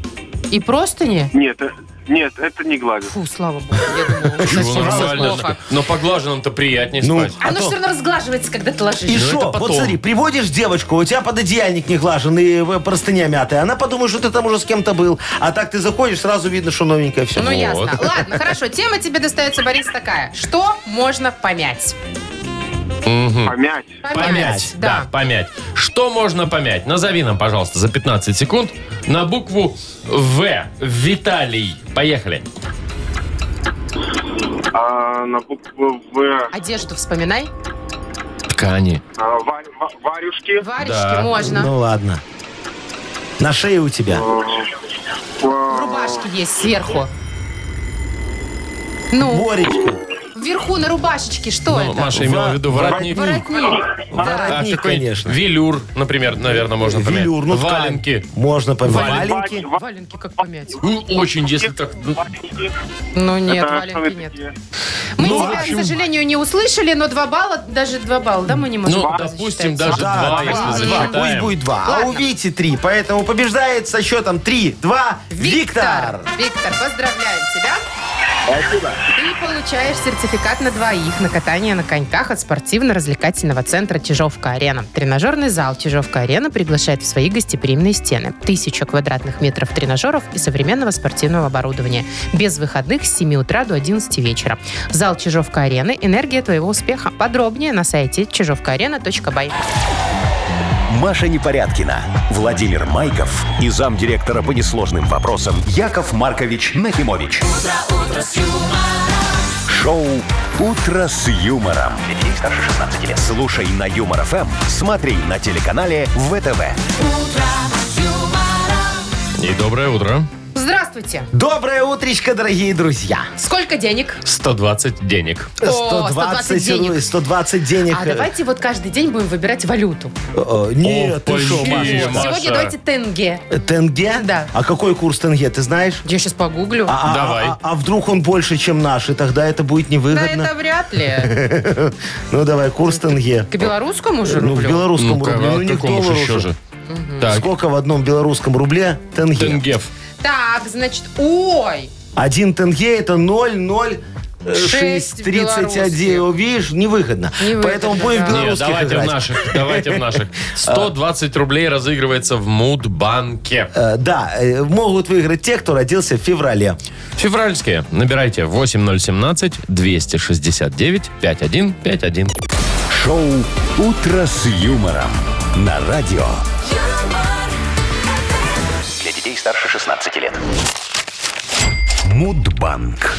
Speaker 3: и простыни?
Speaker 8: Нет, э, нет, это не гладит.
Speaker 3: Фу, слава богу, я думала,
Speaker 2: Чего,
Speaker 3: совсем
Speaker 2: нормально.
Speaker 3: плохо.
Speaker 2: Но поглаженным-то приятнее
Speaker 4: Ну,
Speaker 2: спать.
Speaker 4: а
Speaker 3: Оно
Speaker 4: то-
Speaker 3: все равно разглаживается, когда ты
Speaker 4: И
Speaker 3: ложишься.
Speaker 2: Ну, это
Speaker 4: что? Вот
Speaker 2: потом.
Speaker 4: смотри, приводишь девочку, у тебя пододеяльник не глажен и э, простыня мятая. Она подумает, что ты там уже с кем-то был. А так ты заходишь, сразу видно, что новенькая все.
Speaker 3: Ну,
Speaker 2: Вот.
Speaker 3: ясно. Ладно, хорошо. Тема тебе достается, Борис, такая. Что можно помять?
Speaker 2: Хм.
Speaker 8: Помять.
Speaker 2: Помять. Да. помять. Что можно помять? Назови нам, пожалуйста, за 15 секунд на букву В. Виталий. Поехали.
Speaker 8: А, на букву В.
Speaker 3: Одежду вспоминай.
Speaker 2: Ткани.
Speaker 8: а, варь- ва- варюшки.
Speaker 3: Варежки
Speaker 2: Да.
Speaker 3: можно.
Speaker 4: Ну ладно. На шее у тебя.
Speaker 8: а,
Speaker 3: Рубашки есть сверху. Ну,
Speaker 4: Боречка.
Speaker 3: вверху на рубашечке что
Speaker 2: Ну,
Speaker 3: это?
Speaker 2: Маша имела в виду воротник.
Speaker 3: Воротник. Да.
Speaker 2: А,
Speaker 4: Воротник,
Speaker 2: какой-нибудь
Speaker 4: конечно.
Speaker 2: Велюр, например, наверное, можно помять.
Speaker 4: Велюр, ну ткань.
Speaker 2: Валенки.
Speaker 4: Можно поменять.
Speaker 2: Валенки.
Speaker 4: Валенки.
Speaker 8: ва-
Speaker 3: Валенки как помять?
Speaker 2: Ну, очень, если так... ну,
Speaker 8: варюшки.
Speaker 3: Ну нет,
Speaker 8: Это что вы
Speaker 3: валенки нет.
Speaker 8: такие?
Speaker 3: Мы
Speaker 2: Ну, в
Speaker 3: тебя,
Speaker 2: общем-
Speaker 3: к сожалению, не услышали, но два балла, даже два балла, да, мы не можем
Speaker 2: Ну,
Speaker 3: это
Speaker 2: допустим, даже
Speaker 3: засчитать.
Speaker 4: Да,
Speaker 2: два, если
Speaker 4: два,
Speaker 2: засчитаем.
Speaker 4: пусть будет два. А
Speaker 3: Ладно.
Speaker 4: у Вити три. Поэтому побеждает со счетом 3-2 Виктор.
Speaker 3: Виктор, поздравляем тебя. Ты получаешь сертификат на двоих на катание на коньках от спортивно-развлекательного центра «Чижовка-арена». Тренажерный зал «Чижовка-арена» приглашает в свои гостеприимные стены. Тысяча квадратных метров тренажеров и современного спортивного оборудования. Без выходных с 7 утра до 11 вечера. Зал «Чижовка-арены» – энергия твоего успеха. Подробнее на сайте чижовкаарена.бай.
Speaker 1: Маша Непорядкина, Владимир Майков и замдиректора по несложным вопросам Яков Маркович Нахимович. Шоу Утро с юмором. Детей старше 16 лет. Слушай на юмор ФМ, смотри на телеканале ВТВ.
Speaker 2: И доброе утро.
Speaker 3: Здравствуйте!
Speaker 4: Доброе утречко, дорогие друзья.
Speaker 3: Сколько денег?
Speaker 2: 120 денег.
Speaker 3: О, 120 денег.
Speaker 4: ру- 120 денег.
Speaker 3: А давайте вот каждый день будем выбирать валюту.
Speaker 4: Э, э, Нет, ты
Speaker 2: Опа,
Speaker 4: шо,
Speaker 2: е,
Speaker 4: Маша?
Speaker 2: Маша.
Speaker 3: А, Сегодня давайте тенге.
Speaker 4: Э, Тенге?
Speaker 3: Да.
Speaker 4: А какой курс тенге, ты знаешь?
Speaker 3: Я сейчас погуглю.
Speaker 4: А, а-
Speaker 2: Давай.
Speaker 4: А, а вдруг он больше, чем наш, и тогда это будет
Speaker 3: да
Speaker 4: невыгодно.
Speaker 3: это вряд ли.
Speaker 4: Ну давай, курс тенге.
Speaker 3: К белорусскому же
Speaker 4: Ну, к
Speaker 3: рублю.
Speaker 4: белорусскому
Speaker 2: Ну-ка,
Speaker 4: рублю,
Speaker 2: а
Speaker 4: ну не к
Speaker 2: какому же
Speaker 4: доллару
Speaker 2: еще
Speaker 4: же.
Speaker 2: же? Так,
Speaker 4: Сколько в одном белорусском рубле тенге?
Speaker 2: тенгев.
Speaker 3: Так, значит, ой.
Speaker 4: Один тенге это э,
Speaker 3: Шесть
Speaker 4: 0,0631. О, Видишь, невыгодно.
Speaker 3: Невыгодно,
Speaker 4: Поэтому будем
Speaker 3: да.
Speaker 4: в
Speaker 2: Нет,
Speaker 4: белорусских
Speaker 2: давайте в
Speaker 4: играть.
Speaker 2: наших, давайте в наших. 120 рублей разыгрывается в Мудбанке.
Speaker 4: Э, Да, э, могут выиграть те, кто родился в феврале.
Speaker 2: Февральские. Набирайте 8017-269-5151.
Speaker 1: Шоу Утро с юмором на радио.
Speaker 7: Для детей старше 16 лет.
Speaker 1: Мудбанк.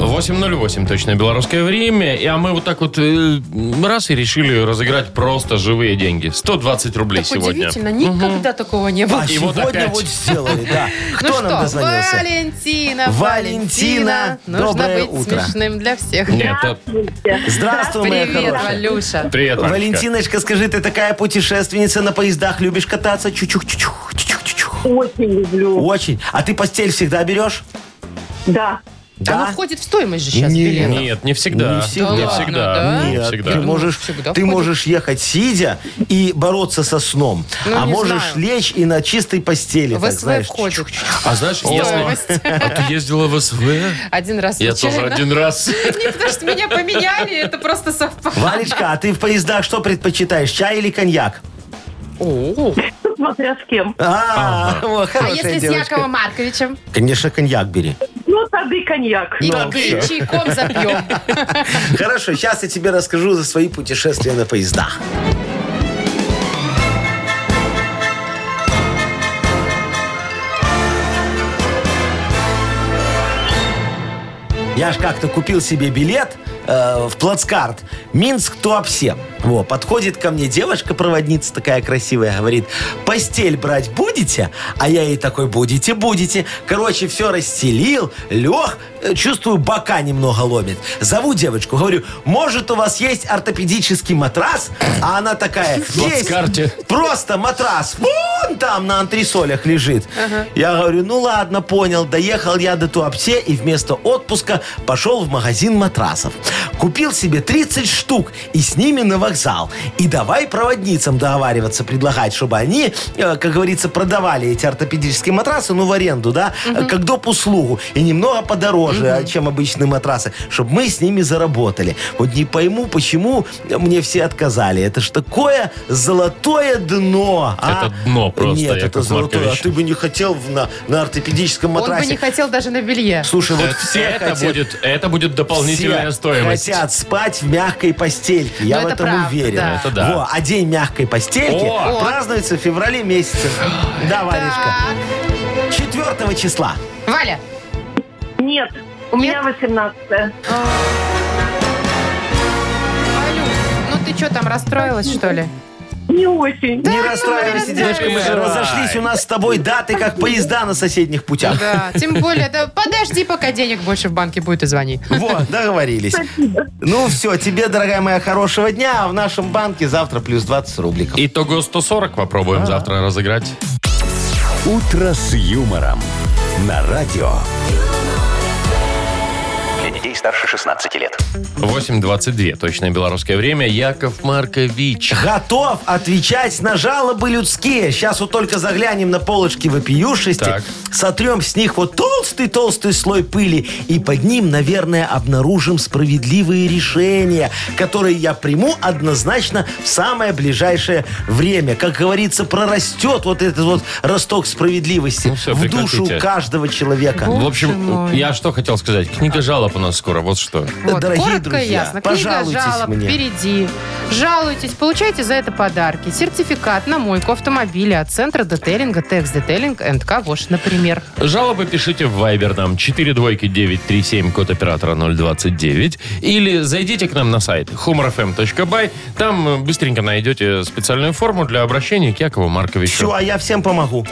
Speaker 2: 8.08 точное белорусское время. И, а мы вот так вот э, раз и решили разыграть просто живые деньги. 120 рублей
Speaker 3: Так
Speaker 2: сегодня.
Speaker 3: удивительно, никогда такого не было.
Speaker 4: А
Speaker 2: И вот
Speaker 4: сегодня
Speaker 2: опять.
Speaker 4: вот сделали, да.
Speaker 3: Ну
Speaker 4: Кто нам
Speaker 3: что,
Speaker 4: дозвонился?
Speaker 3: Валентина,
Speaker 4: Валентина,
Speaker 3: Валентина. Нужно
Speaker 4: доброе
Speaker 3: быть
Speaker 4: утро.
Speaker 3: смешным для всех.
Speaker 2: Нет, это-
Speaker 4: Здравствуй, моя
Speaker 3: Привет,
Speaker 4: хорошая.
Speaker 3: Валюша.
Speaker 2: Привет, Машечка.
Speaker 4: Валентиночка, скажи, ты такая путешественница на поездах, любишь кататься? Чучух-чучух, чучух-чучух.
Speaker 5: Очень люблю.
Speaker 4: Очень. А ты постель всегда берешь?
Speaker 5: Да.
Speaker 4: Да?
Speaker 3: Оно входит в стоимость же сейчас
Speaker 4: Не,
Speaker 3: билета.
Speaker 2: Нет, не всегда.
Speaker 4: Не всегда.
Speaker 2: Не
Speaker 4: Да
Speaker 2: всегда.
Speaker 3: ладно, да?
Speaker 2: Не
Speaker 4: Нет,
Speaker 2: всегда.
Speaker 4: ты
Speaker 3: думала,
Speaker 4: можешь,
Speaker 3: А? всегда
Speaker 4: ты
Speaker 3: входит.
Speaker 4: можешь ехать сидя и бороться со сном,
Speaker 3: Ну,
Speaker 4: а
Speaker 3: не
Speaker 4: можешь
Speaker 3: знаю.
Speaker 4: лечь и на чистой постели,
Speaker 3: В
Speaker 4: так,
Speaker 3: СВ
Speaker 4: знаешь.
Speaker 3: входит.
Speaker 2: А знаешь,
Speaker 3: Стоимость.
Speaker 2: если... А ты ездила в СВ?
Speaker 3: Один раз
Speaker 2: Я тоже
Speaker 3: случайно.
Speaker 2: один раз.
Speaker 3: Не потому что меня поменяли, это просто совпало.
Speaker 4: Валечка, а ты в поездах что предпочитаешь, чай или коньяк?
Speaker 3: О,
Speaker 5: Смотря с кем.
Speaker 4: А, о,
Speaker 3: А
Speaker 4: хорошая
Speaker 3: если с
Speaker 4: девочка.
Speaker 3: Яковом Марковичем?
Speaker 4: Конечно, коньяк бери.
Speaker 5: Ну, тогда и коньяк.
Speaker 3: И, и чайком запьем.
Speaker 4: Хорошо, сейчас я тебе расскажу за свои путешествия на поездах. Я ж как-то купил себе билет э, в плацкарт Минск Туапсе. Во, подходит ко мне девочка-проводница такая красивая, говорит, постель брать будете? А я ей такой, будете, будете. Короче, все расстелил, лег, э, чувствую, бока немного ломит. Зову девочку, говорю, может у вас есть ортопедический матрас? А она такая, есть.
Speaker 2: плацкарте.
Speaker 4: Просто матрас вон там на антресолях лежит. Я говорю, ну ладно, понял. Доехал я до Туапсе и вместо отпуска пошел в магазин матрасов. Купил себе 30 штук и с ними на вокзал. И давай проводницам договариваться, предлагать, чтобы они, э, как говорится, продавали эти ортопедические матрасы, ну в аренду, да, э, как доп. услугу. И немного подороже, э, чем обычные матрасы, чтобы мы с ними заработали. Вот не пойму, почему мне все отказали. Это ж такое золотое дно. а?
Speaker 2: Это дно просто,
Speaker 4: Нет, это
Speaker 2: Яков
Speaker 4: золотое.
Speaker 2: Маркович.
Speaker 4: А ты бы не хотел в- на, на ортопедическом
Speaker 3: Он бы
Speaker 4: матрасе.
Speaker 3: не хотел даже на белье.
Speaker 4: Слушай, вот
Speaker 2: Э,
Speaker 4: все
Speaker 2: это,
Speaker 4: хотят-
Speaker 2: будет, это будет дополнительная
Speaker 4: все
Speaker 2: стоимость.
Speaker 4: хотят спать в мягкой постельке. Я
Speaker 3: Ну,
Speaker 4: в
Speaker 3: это
Speaker 4: этом
Speaker 3: правда,
Speaker 4: уверен.
Speaker 3: да.
Speaker 2: Это да.
Speaker 4: Во, а день мягкой постельки
Speaker 2: О!
Speaker 4: празднуется в феврале месяце. Да, Валечка.
Speaker 3: Так,
Speaker 4: 4 числа.
Speaker 3: Валя,
Speaker 5: Нет, у меня 18
Speaker 3: Валюш, ну ты что там, расстроилась, что ли?
Speaker 5: Не очень.
Speaker 4: Не расстраивайся,
Speaker 3: ну,
Speaker 4: девочка, мы же
Speaker 2: давай.
Speaker 4: разошлись. У нас с тобой даты, как поезда на соседних путях.
Speaker 3: Да, тем более, да подожди, пока денег больше в банке будет и звони.
Speaker 4: Вот, договорились. Ну все, тебе, дорогая моя, хорошего дня. А в нашем банке завтра плюс 20 рубликов.
Speaker 2: Итого 140
Speaker 4: А.
Speaker 2: попробуем завтра разыграть.
Speaker 1: «Утро с юмором» на радио.
Speaker 7: Для детей старше 16 лет.
Speaker 2: 8.22, точное белорусское время. Яков Маркович.
Speaker 4: Готов отвечать на жалобы людские. Сейчас вот только заглянем на полочки вопиюшести,
Speaker 2: Так.
Speaker 4: сотрем с них вот толстый-толстый слой пыли, и под ним, наверное, обнаружим справедливые решения, которые я приму однозначно в самое ближайшее время. Как говорится, прорастет вот этот вот росток справедливости
Speaker 2: Ну всё,
Speaker 4: в душу
Speaker 2: прекратите.
Speaker 4: каждого человека.
Speaker 2: В
Speaker 3: Боже
Speaker 2: общем,
Speaker 3: мой.
Speaker 2: я что хотел сказать. Книга жалоб у нас скоро, вот что.
Speaker 3: Вот,
Speaker 4: Дорогие
Speaker 3: коротко и
Speaker 4: друзья,
Speaker 3: ясно. Книга
Speaker 4: пожалуйтесь
Speaker 3: жалоб
Speaker 4: мне.
Speaker 3: впереди. Жалуйтесь, получайте за это подарки. Сертификат на мойку автомобиля от центра детейлинга Текс Детейлинг НК Вош, например.
Speaker 2: Жалобы пишите в Viber нам 42937, код оператора 029. Или зайдите к нам на сайт humorfm.by. Там э, быстренько найдете специальную форму для обращения к Якову Марковичу.
Speaker 4: Все, а я всем помогу.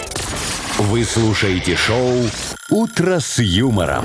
Speaker 1: Вы слушаете шоу «Утро с юмором».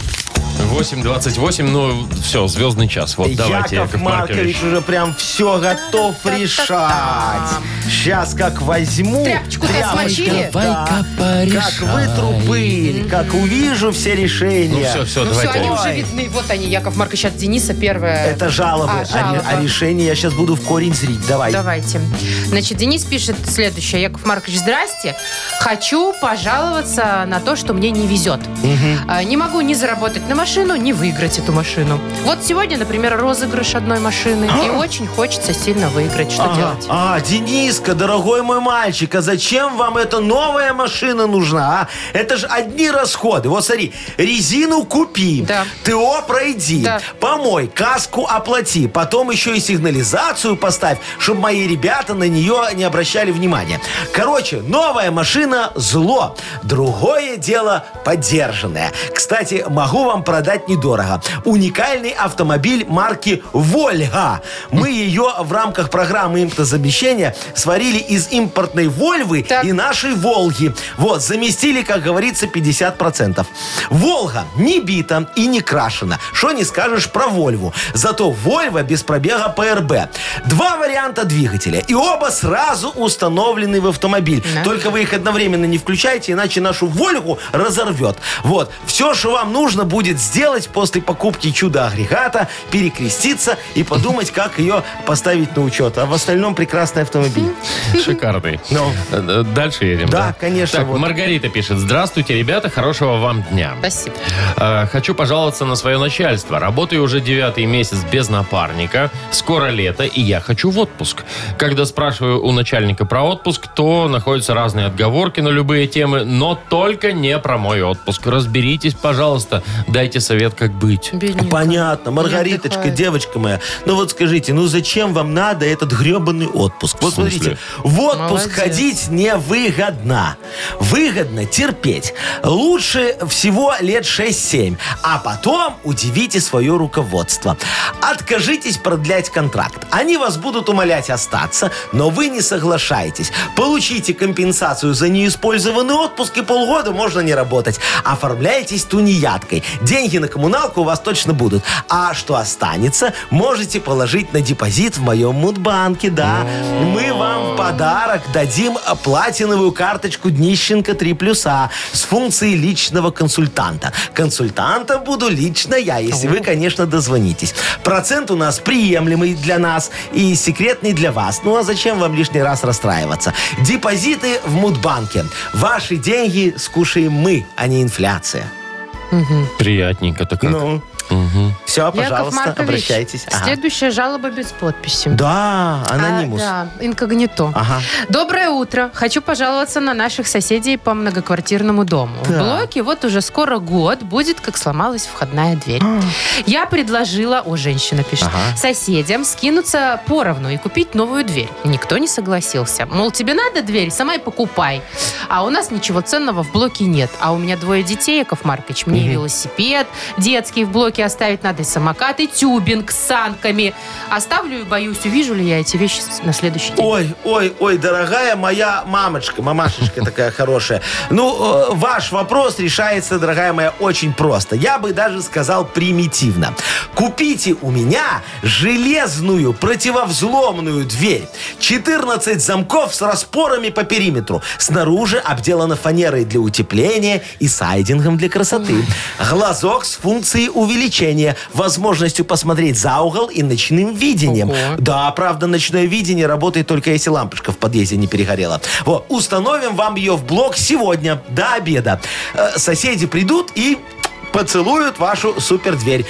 Speaker 2: 8.28, ну все, звездный час. Вот давайте, Яков, Маркович.
Speaker 4: уже прям все готов решать. Сейчас как возьму...
Speaker 3: Тряпочку-то смочили?
Speaker 4: да,
Speaker 2: порешай.
Speaker 4: Как вытру пыль, как увижу все
Speaker 2: Ну
Speaker 4: решения.
Speaker 2: все, все,
Speaker 3: Ну
Speaker 2: давайте.
Speaker 3: все, они
Speaker 4: Ой.
Speaker 3: уже видны. Вот они, Яков Маркович, от Дениса первая.
Speaker 4: Это жалобы.
Speaker 3: А,
Speaker 4: А,
Speaker 3: жалоба.
Speaker 4: а решение я сейчас буду в корень зрить. Давай.
Speaker 3: Давайте. Значит, Денис пишет следующее. Яков Маркович, здрасте. Хочу пожаловаться на то, что мне не везет. А, Не могу ни заработать на машину, ни выиграть эту машину. Вот сегодня, например, розыгрыш одной машины. И очень хочется сильно выиграть. Что
Speaker 4: Ага.
Speaker 3: делать?
Speaker 4: А, Дениска, дорогой мой мальчик, а зачем вам эта новая машина нужна, а? Это же одни расходы. Вот смотри, резину купи,
Speaker 3: Да.
Speaker 4: ТО пройди,
Speaker 3: Да.
Speaker 4: помой, каску оплати, потом еще и сигнализацию поставь, чтобы мои ребята на нее не обращали внимания. Короче, новая машина – зло. Другое дело – подержанное. Кстати, могу вам продать недорого. Уникальный автомобиль марки «Вольга». Мы ее в рамках программы импортозамещения сварили из импортной «Вольвы»
Speaker 3: Так.
Speaker 4: и нашей «Волги». Вот, заместили, как говорится, 50%. «Волга» не бита и не крашена. Что не скажешь про «Вольву». Зато «Вольва» без пробега ПРБ. Два варианта двигателя. И оба сразу установлены в автомобиль.
Speaker 3: Да.
Speaker 4: Только вы их одновременно не включаете, иначе нашу «Вольгу» разорвет. Вот. Все, что вам нужно будет сделать после покупки чудо-агрегата, перекреститься и подумать, как ее поставить на учет. А в остальном прекрасный автомобиль.
Speaker 2: Шикарный. Э, э, Дальше едем.
Speaker 4: Да, конечно,
Speaker 2: Так,
Speaker 4: вот.
Speaker 2: Маргарита пишет. Здравствуйте, ребята, хорошего вам дня.
Speaker 3: Спасибо.
Speaker 2: Э, Хочу пожаловаться на свое начальство. Работаю уже девятый месяц без напарника. Скоро лето, и я хочу в отпуск. Когда спрашиваю у начальника про отпуск, то находятся разные отговорки на любые темы, но только не про мой отпуск. Разберитесь, пожалуйста, дайте совет, как быть.
Speaker 3: Бедненькая.
Speaker 4: Понятно. Маргариточка,
Speaker 3: отдыхает.
Speaker 4: девочка моя, ну вот скажите, ну зачем вам надо этот гребаный отпуск? Вот
Speaker 2: В смысле?
Speaker 4: смотрите, в отпуск
Speaker 3: Молодец.
Speaker 4: ходить невыгодно. Выгодно терпеть. Лучше всего лет 6-7. А потом удивите свое руководство. Откажитесь продлять контракт. Они вас будут умолять остаться, но вы не соглашаетесь. Получите компенсацию за неиспользованный отпуск и полгода можно не работать. Оформляйтесь тунеядкой. Деньги на коммуналку у вас точно будут. А что останется, можете положить на депозит в моем мудбанке, да. Мы вам в подарок дадим платиновую карточку Днищенко 3 плюса с функцией личного консультанта. Консультантом буду лично я, если вы, конечно, дозвонитесь. Процент у нас приемлемый для нас и секретный для вас. Ну а зачем вам лишний раз расстраиваться? Депозиты в Мудбанке. Ваши деньги скушаем мы, а не инфляция.
Speaker 2: Приятненько-то как.
Speaker 4: Ну, все,
Speaker 3: Яков
Speaker 4: пожалуйста,
Speaker 3: Маркович,
Speaker 4: обращайтесь. Ага.
Speaker 3: Следующая жалоба без подписи.
Speaker 4: Да, анонимус.
Speaker 3: А, да, инкогнито.
Speaker 4: Ага.
Speaker 3: Доброе утро. Хочу пожаловаться на наших соседей по многоквартирному дому. В блоке вот уже скоро год будет, как сломалась входная дверь. Я предложила, о, женщина пишет, соседям скинуться поровну и купить новую дверь. Никто не согласился. Мол, тебе надо дверь, сама и покупай. А у нас ничего ценного в блоке нет. А у меня двое детей, Яков Маркович. Мне и велосипед детский в блоке оставить надо, и самокат, и тюбинг с санками. Оставлю и боюсь, увижу ли я эти вещи с- на следующий день.
Speaker 4: Ой, ой, ой, дорогая моя мамочка, мамашечка такая хорошая. Ну, э, ваш вопрос решается, дорогая моя, очень просто. Я бы даже сказал примитивно. Купите у меня железную противовзломную дверь. 14 замков с распорами по периметру. Снаружи обделана фанерой для утепления и сайдингом для красоты. Глазок с функцией увеличения, возможностью посмотреть за угол и ночным видением.
Speaker 3: Ого.
Speaker 4: Да, правда, ночное видение работает только если лампочка в подъезде не перегорела. Вот, установим вам ее в блок сегодня, до обеда. Э, Соседи придут и поцелуют вашу супер дверь.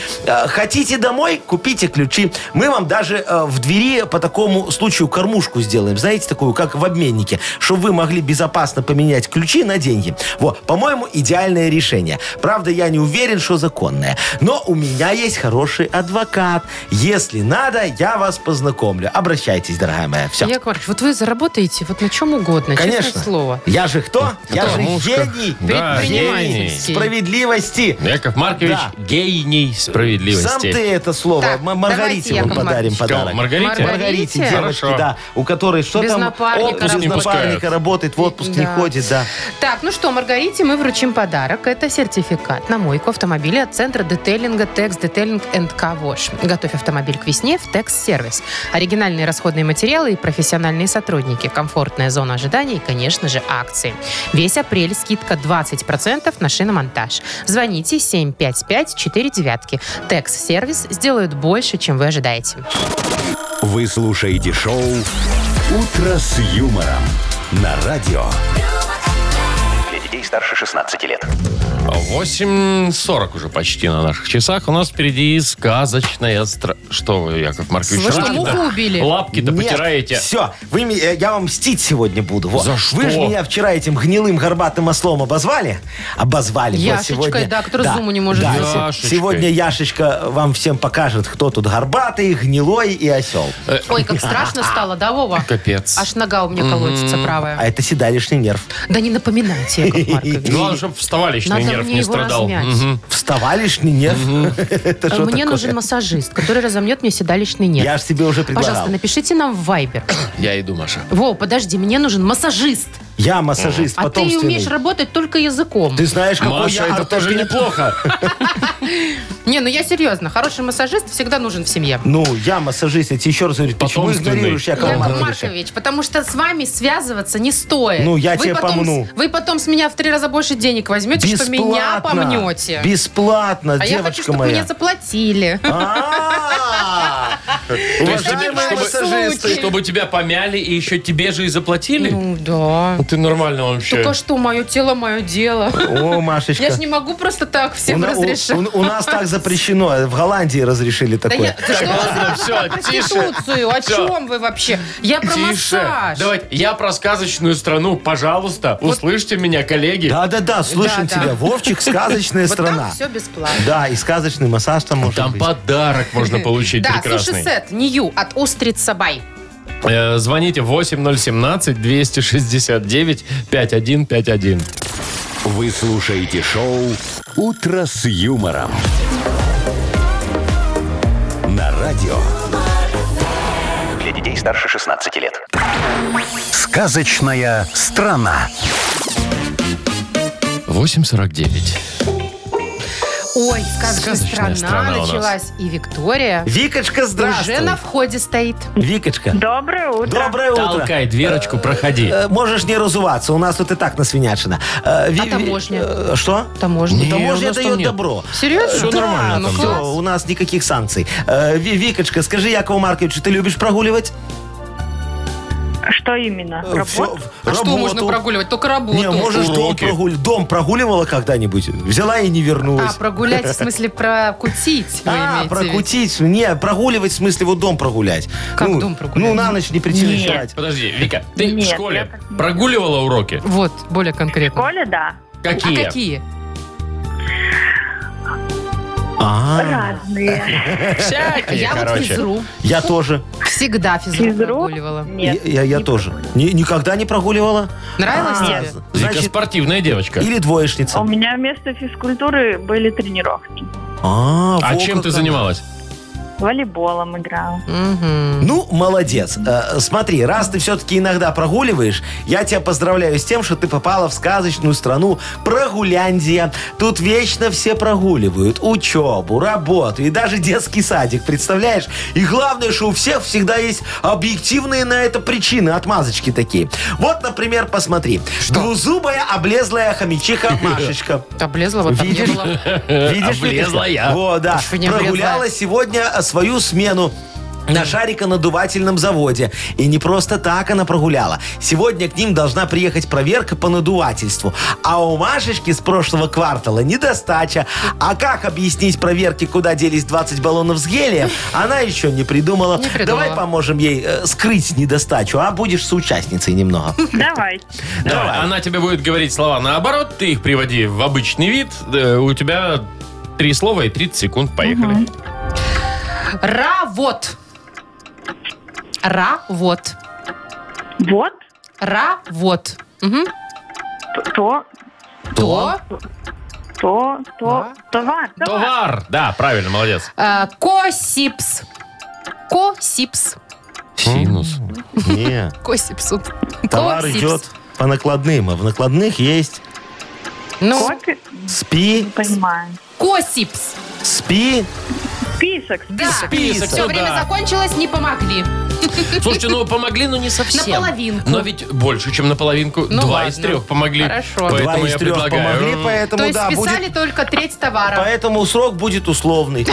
Speaker 4: Хотите домой? Купите ключи. Мы вам даже э, в двери по такому случаю кормушку сделаем. Знаете, такую, как в обменнике, чтобы вы могли безопасно поменять ключи на деньги. Вот, по-моему, идеальное решение. Правда, я не уверен, что законное. Но у меня есть хороший адвокат. Если надо, я вас познакомлю. Обращайтесь, дорогая моя. Все.
Speaker 3: Яков Маркович, вот вы заработаете вот на чем угодно, честное слово.
Speaker 4: Я же кто? Я же
Speaker 2: Кормушка.
Speaker 4: гений.
Speaker 2: Да,
Speaker 3: Предприниматель.
Speaker 2: гений.
Speaker 4: Справедливости.
Speaker 2: Яков Маркович,
Speaker 4: Да.
Speaker 2: гений справедливости.
Speaker 4: Сам ты это слово.
Speaker 3: Так,
Speaker 4: М- Маргарите
Speaker 3: давайте,
Speaker 4: вам
Speaker 3: Яков
Speaker 4: подарим
Speaker 3: Маркович.
Speaker 2: Кого,
Speaker 4: подарок.
Speaker 2: Маргарите?
Speaker 3: Маргарита.
Speaker 4: Маргарите,
Speaker 3: Маргарите?
Speaker 4: девочке,
Speaker 2: Хорошо.
Speaker 4: да, у которой что
Speaker 3: Без
Speaker 4: там
Speaker 3: напарника
Speaker 4: отпуск, без
Speaker 2: работает.
Speaker 4: напарника работает, в отпуск не
Speaker 3: Да.
Speaker 4: ходит, да.
Speaker 3: Так, ну что, Маргарите мы вручим подарок. Это сертификат на мойку автомобиля от центра детейлинга Tex Detailing and Car Wash. Готовь автомобиль к весне в Tex Service. Оригинальные расходные материалы и профессиональные сотрудники, комфортная зона ожидания и, конечно же, акции. Весь апрель скидка 20% на шиномонтаж. Звоните 755-49. Tex Service сделают больше, чем вы ожидаете.
Speaker 1: Вы слушаете шоу «Утро с юмором» на радио.
Speaker 7: Для детей старше 16 лет.
Speaker 2: 8.40 уже почти на наших часах. У нас впереди сказочная стра... Что вы, Яков Маркович?
Speaker 3: Вы что,
Speaker 2: лапки-то-
Speaker 3: муху убили?
Speaker 2: Лапки-то потираете.
Speaker 4: Все, вы, ми- э, я вам мстить сегодня буду. Вот.
Speaker 2: За что?
Speaker 4: Вы же меня вчера этим гнилым горбатым ослом обозвали. Обозвали. Вот
Speaker 3: Яшечкой,
Speaker 4: сегодня,
Speaker 3: да, который зуму не может
Speaker 4: да,
Speaker 2: сделать.
Speaker 4: се-
Speaker 2: Яшечкой.
Speaker 4: Сегодня Яшечка вам всем покажет, кто тут горбатый, гнилой и осел.
Speaker 2: Э.
Speaker 3: Ой, как страшно стало, да, Вова?
Speaker 2: Капец.
Speaker 3: Аж нога у меня колотится правая.
Speaker 4: А это седалищный нерв.
Speaker 3: Да не напоминайте, Яков Маркович.
Speaker 4: Ну, а
Speaker 2: Главное, чтобы вставалищный
Speaker 3: Надо
Speaker 2: нерв
Speaker 3: мне
Speaker 2: не
Speaker 3: его
Speaker 2: страдал.
Speaker 3: размять.
Speaker 2: Мгм.
Speaker 4: Вставалищный нерв. Это что
Speaker 3: Мне
Speaker 4: такое?
Speaker 3: нужен массажист, который разомнет мне седалищный нерв.
Speaker 4: Я же тебе уже предлагал.
Speaker 3: Пожалуйста, напишите нам в Вайбер.
Speaker 2: Я иду, Маша.
Speaker 3: Во, подожди, мне нужен массажист.
Speaker 4: Я массажист,
Speaker 3: А ты
Speaker 4: потомственный.
Speaker 3: умеешь работать только языком.
Speaker 4: Ты знаешь, какой
Speaker 2: Маша,
Speaker 4: я
Speaker 2: это тоже
Speaker 4: ортопед.
Speaker 2: неплохо.
Speaker 3: Не, ну я серьезно. Хороший массажист всегда нужен в семье.
Speaker 4: Ну, я массажист, я тебе еще раз говорю, почему
Speaker 2: Потомственный.
Speaker 4: игнорируешь Якова
Speaker 3: Яков
Speaker 4: Марковича?
Speaker 3: Маркович, потому что с вами связываться не стоит.
Speaker 4: Ну, я
Speaker 3: Вы
Speaker 4: тебе
Speaker 3: потом,
Speaker 4: помну.
Speaker 3: Вы потом с меня в три раза больше денег возьмете, что меня помнете.
Speaker 4: Бесплатно,
Speaker 3: а я хочу,
Speaker 4: девочка
Speaker 3: чтобы мне
Speaker 4: моя.
Speaker 3: заплатили.
Speaker 4: А, Уважаемые
Speaker 2: чтобы-
Speaker 4: массажисты.
Speaker 2: Чтобы тебя помяли и еще тебе же и заплатили?
Speaker 3: Ну да.
Speaker 2: Ты нормально вообще.
Speaker 3: Только что, мое тело, мое дело.
Speaker 4: О,
Speaker 3: Я
Speaker 4: Машечка.
Speaker 3: же не могу просто так
Speaker 4: У
Speaker 3: всем
Speaker 4: на- у- ну,
Speaker 3: разрешать.
Speaker 4: у- у нас так запрещено. В Голландии разрешили
Speaker 3: Да я,
Speaker 4: такое.
Speaker 3: ты что вы сразу
Speaker 2: всё,
Speaker 3: про проституцию? О
Speaker 2: всё.
Speaker 3: чем вы вообще? Я про массаж.
Speaker 2: Давайте, я про сказочную страну, пожалуйста, услышьте меня, коллеги.
Speaker 4: Да-да-да, слышим
Speaker 3: Да-да.
Speaker 4: тебя. Вовчик, сказочная
Speaker 3: Вот там
Speaker 4: страна.
Speaker 3: все бесплатно.
Speaker 4: Да, и сказочный массаж там может
Speaker 2: Там
Speaker 4: быть.
Speaker 2: подарок можно получить
Speaker 3: Да,
Speaker 2: прекрасный.
Speaker 3: суши-сет Нью от Устриц Сабай.
Speaker 2: Э, Звоните 8017-269-5151.
Speaker 1: Вы слушаете шоу «Утро с юмором». На радио
Speaker 7: Для детей старше 16 лет.
Speaker 1: «Сказочная страна».
Speaker 2: 8.49.
Speaker 3: Ой, сказочная
Speaker 2: Сказочная
Speaker 3: страна,
Speaker 2: страна у нас.
Speaker 3: началась. И Виктория
Speaker 4: Викочка, здравствуй.
Speaker 3: уже на входе стоит.
Speaker 4: Викочка,
Speaker 5: Доброе утро.
Speaker 4: доброе утро.
Speaker 2: Толкай дверочку, проходи.
Speaker 4: Э, Можешь не разуваться, у нас тут и так насвинячено. Э, Ви-
Speaker 3: А таможня?
Speaker 4: э, Что?
Speaker 3: Таможня.
Speaker 2: Не, у
Speaker 4: Таможня
Speaker 2: нас там
Speaker 4: дает
Speaker 2: нет.
Speaker 4: добро.
Speaker 3: Серьезно?
Speaker 2: всё
Speaker 3: Да,
Speaker 2: нормально
Speaker 3: ну
Speaker 2: там,
Speaker 3: класс.
Speaker 4: Все, у нас никаких санкций. Э, Ви- Викочка, скажи Якову Марковичу, ты любишь прогуливать?
Speaker 5: Что именно?
Speaker 4: Э, всё,
Speaker 5: Работа?
Speaker 4: в-
Speaker 3: А что
Speaker 4: работу.
Speaker 3: можно прогуливать? Только работу.
Speaker 4: Не, можешь дом,
Speaker 2: Уроки.
Speaker 4: прогуль- дом прогуливала когда-нибудь? Взяла и не
Speaker 3: А,
Speaker 4: вернулась.
Speaker 3: прогулять, в смысле прокутить, вы
Speaker 4: А,
Speaker 3: имеете в виду?
Speaker 4: прокутить. Не, прогуливать, в смысле, вот дом прогулять.
Speaker 3: Как
Speaker 4: ну,
Speaker 3: дом прогулять?
Speaker 4: Ну, на ночь не прийти ночевать.
Speaker 2: Подожди, Вика, ты
Speaker 5: Нет,
Speaker 2: в
Speaker 5: я
Speaker 2: школе
Speaker 5: как-
Speaker 2: прогуливала уроки?
Speaker 3: Вот, более
Speaker 5: В
Speaker 3: конкретно.
Speaker 5: школе, да.
Speaker 3: А
Speaker 2: Какие?
Speaker 3: какие?
Speaker 4: А,
Speaker 5: Разные.
Speaker 2: Всякие,
Speaker 3: Я вот
Speaker 2: Э, короче.
Speaker 3: физру.
Speaker 4: я тоже.
Speaker 3: Всегда физру
Speaker 5: Физру?
Speaker 3: прогуливала.
Speaker 5: Нет.
Speaker 4: я я тоже. Ни- никогда не прогуливала?
Speaker 3: Нравилось
Speaker 4: А,
Speaker 3: тебе?
Speaker 2: Вика
Speaker 4: Значит,
Speaker 2: спортивная девочка.
Speaker 4: или
Speaker 5: У
Speaker 4: двоечница.
Speaker 5: меня вместо физкультуры были тренировки.
Speaker 4: А,
Speaker 2: А
Speaker 4: во
Speaker 2: чем
Speaker 4: как
Speaker 2: ты
Speaker 4: она.
Speaker 2: занималась?
Speaker 5: Волейболом играла.
Speaker 3: Мгм.
Speaker 4: Ну, молодец. Э, Смотри, раз ты все-таки иногда прогуливаешь, я тебя поздравляю с тем, что ты попала в сказочную страну Прогуляндия. Тут вечно все прогуливают. Учебу, работу и даже детский садик, представляешь? И главное, что у всех всегда есть объективные на это причины, отмазочки такие. Вот, например, посмотри. Двузубая облезлая хомячиха Машечка.
Speaker 3: Облезла, вот там не
Speaker 4: Видишь?
Speaker 3: было.
Speaker 4: Видишь,
Speaker 2: Облезла
Speaker 4: Витюшка?
Speaker 2: я.
Speaker 4: Во, да.
Speaker 3: Ты что, не облезла?
Speaker 4: Прогуляла сегодня э, свою смену на шариконадувательном заводе. И не просто так она прогуляла. Сегодня к ним должна приехать проверка по надувательству. А у Машечки с прошлого квартала недостача. А как объяснить проверке, куда делись 20 баллонов с гелием, она еще не придумала.
Speaker 3: Не придумала.
Speaker 4: Давай поможем ей э, скрыть недостачу, а будешь соучастницей немного.
Speaker 5: Давайте.
Speaker 2: Давай. Она тебе будет говорить слова наоборот, ты их приводи в обычный вид. э, У тебя три слова и 30 секунд. Поехали.
Speaker 3: Равот. Равот.
Speaker 5: Вот
Speaker 3: Равот. Мгм.
Speaker 5: то,
Speaker 3: То.
Speaker 5: то, то, товар. Товар.
Speaker 2: Товар. Да, правильно, молодец.
Speaker 3: э, Косипс. Косипс.
Speaker 2: Синус.
Speaker 4: Не,
Speaker 3: Косипс.
Speaker 4: товар
Speaker 3: Косипс.
Speaker 4: идет по накладным, а в накладных есть
Speaker 3: Ну,
Speaker 5: Копи-
Speaker 4: спи,
Speaker 5: Понимаю.
Speaker 3: косипс.
Speaker 4: спи,
Speaker 5: Список.
Speaker 3: Да.
Speaker 2: Список,
Speaker 3: Все
Speaker 2: ну
Speaker 3: время
Speaker 2: да.
Speaker 3: закончилось, не помогли.
Speaker 2: Слушайте, ну помогли, но не совсем.
Speaker 3: Наполовинку.
Speaker 2: Но ведь больше, чем наполовинку.
Speaker 3: Ну
Speaker 2: Два
Speaker 3: ладно.
Speaker 2: из трех помогли.
Speaker 3: Хорошо.
Speaker 2: Поэтому
Speaker 4: Два из
Speaker 2: я
Speaker 4: трех
Speaker 2: предлагаю.
Speaker 4: помогли,
Speaker 2: Ну
Speaker 4: поэтому
Speaker 3: То есть
Speaker 4: да,
Speaker 3: списали
Speaker 4: будет.
Speaker 3: только треть товара.
Speaker 4: Поэтому срок будет условный.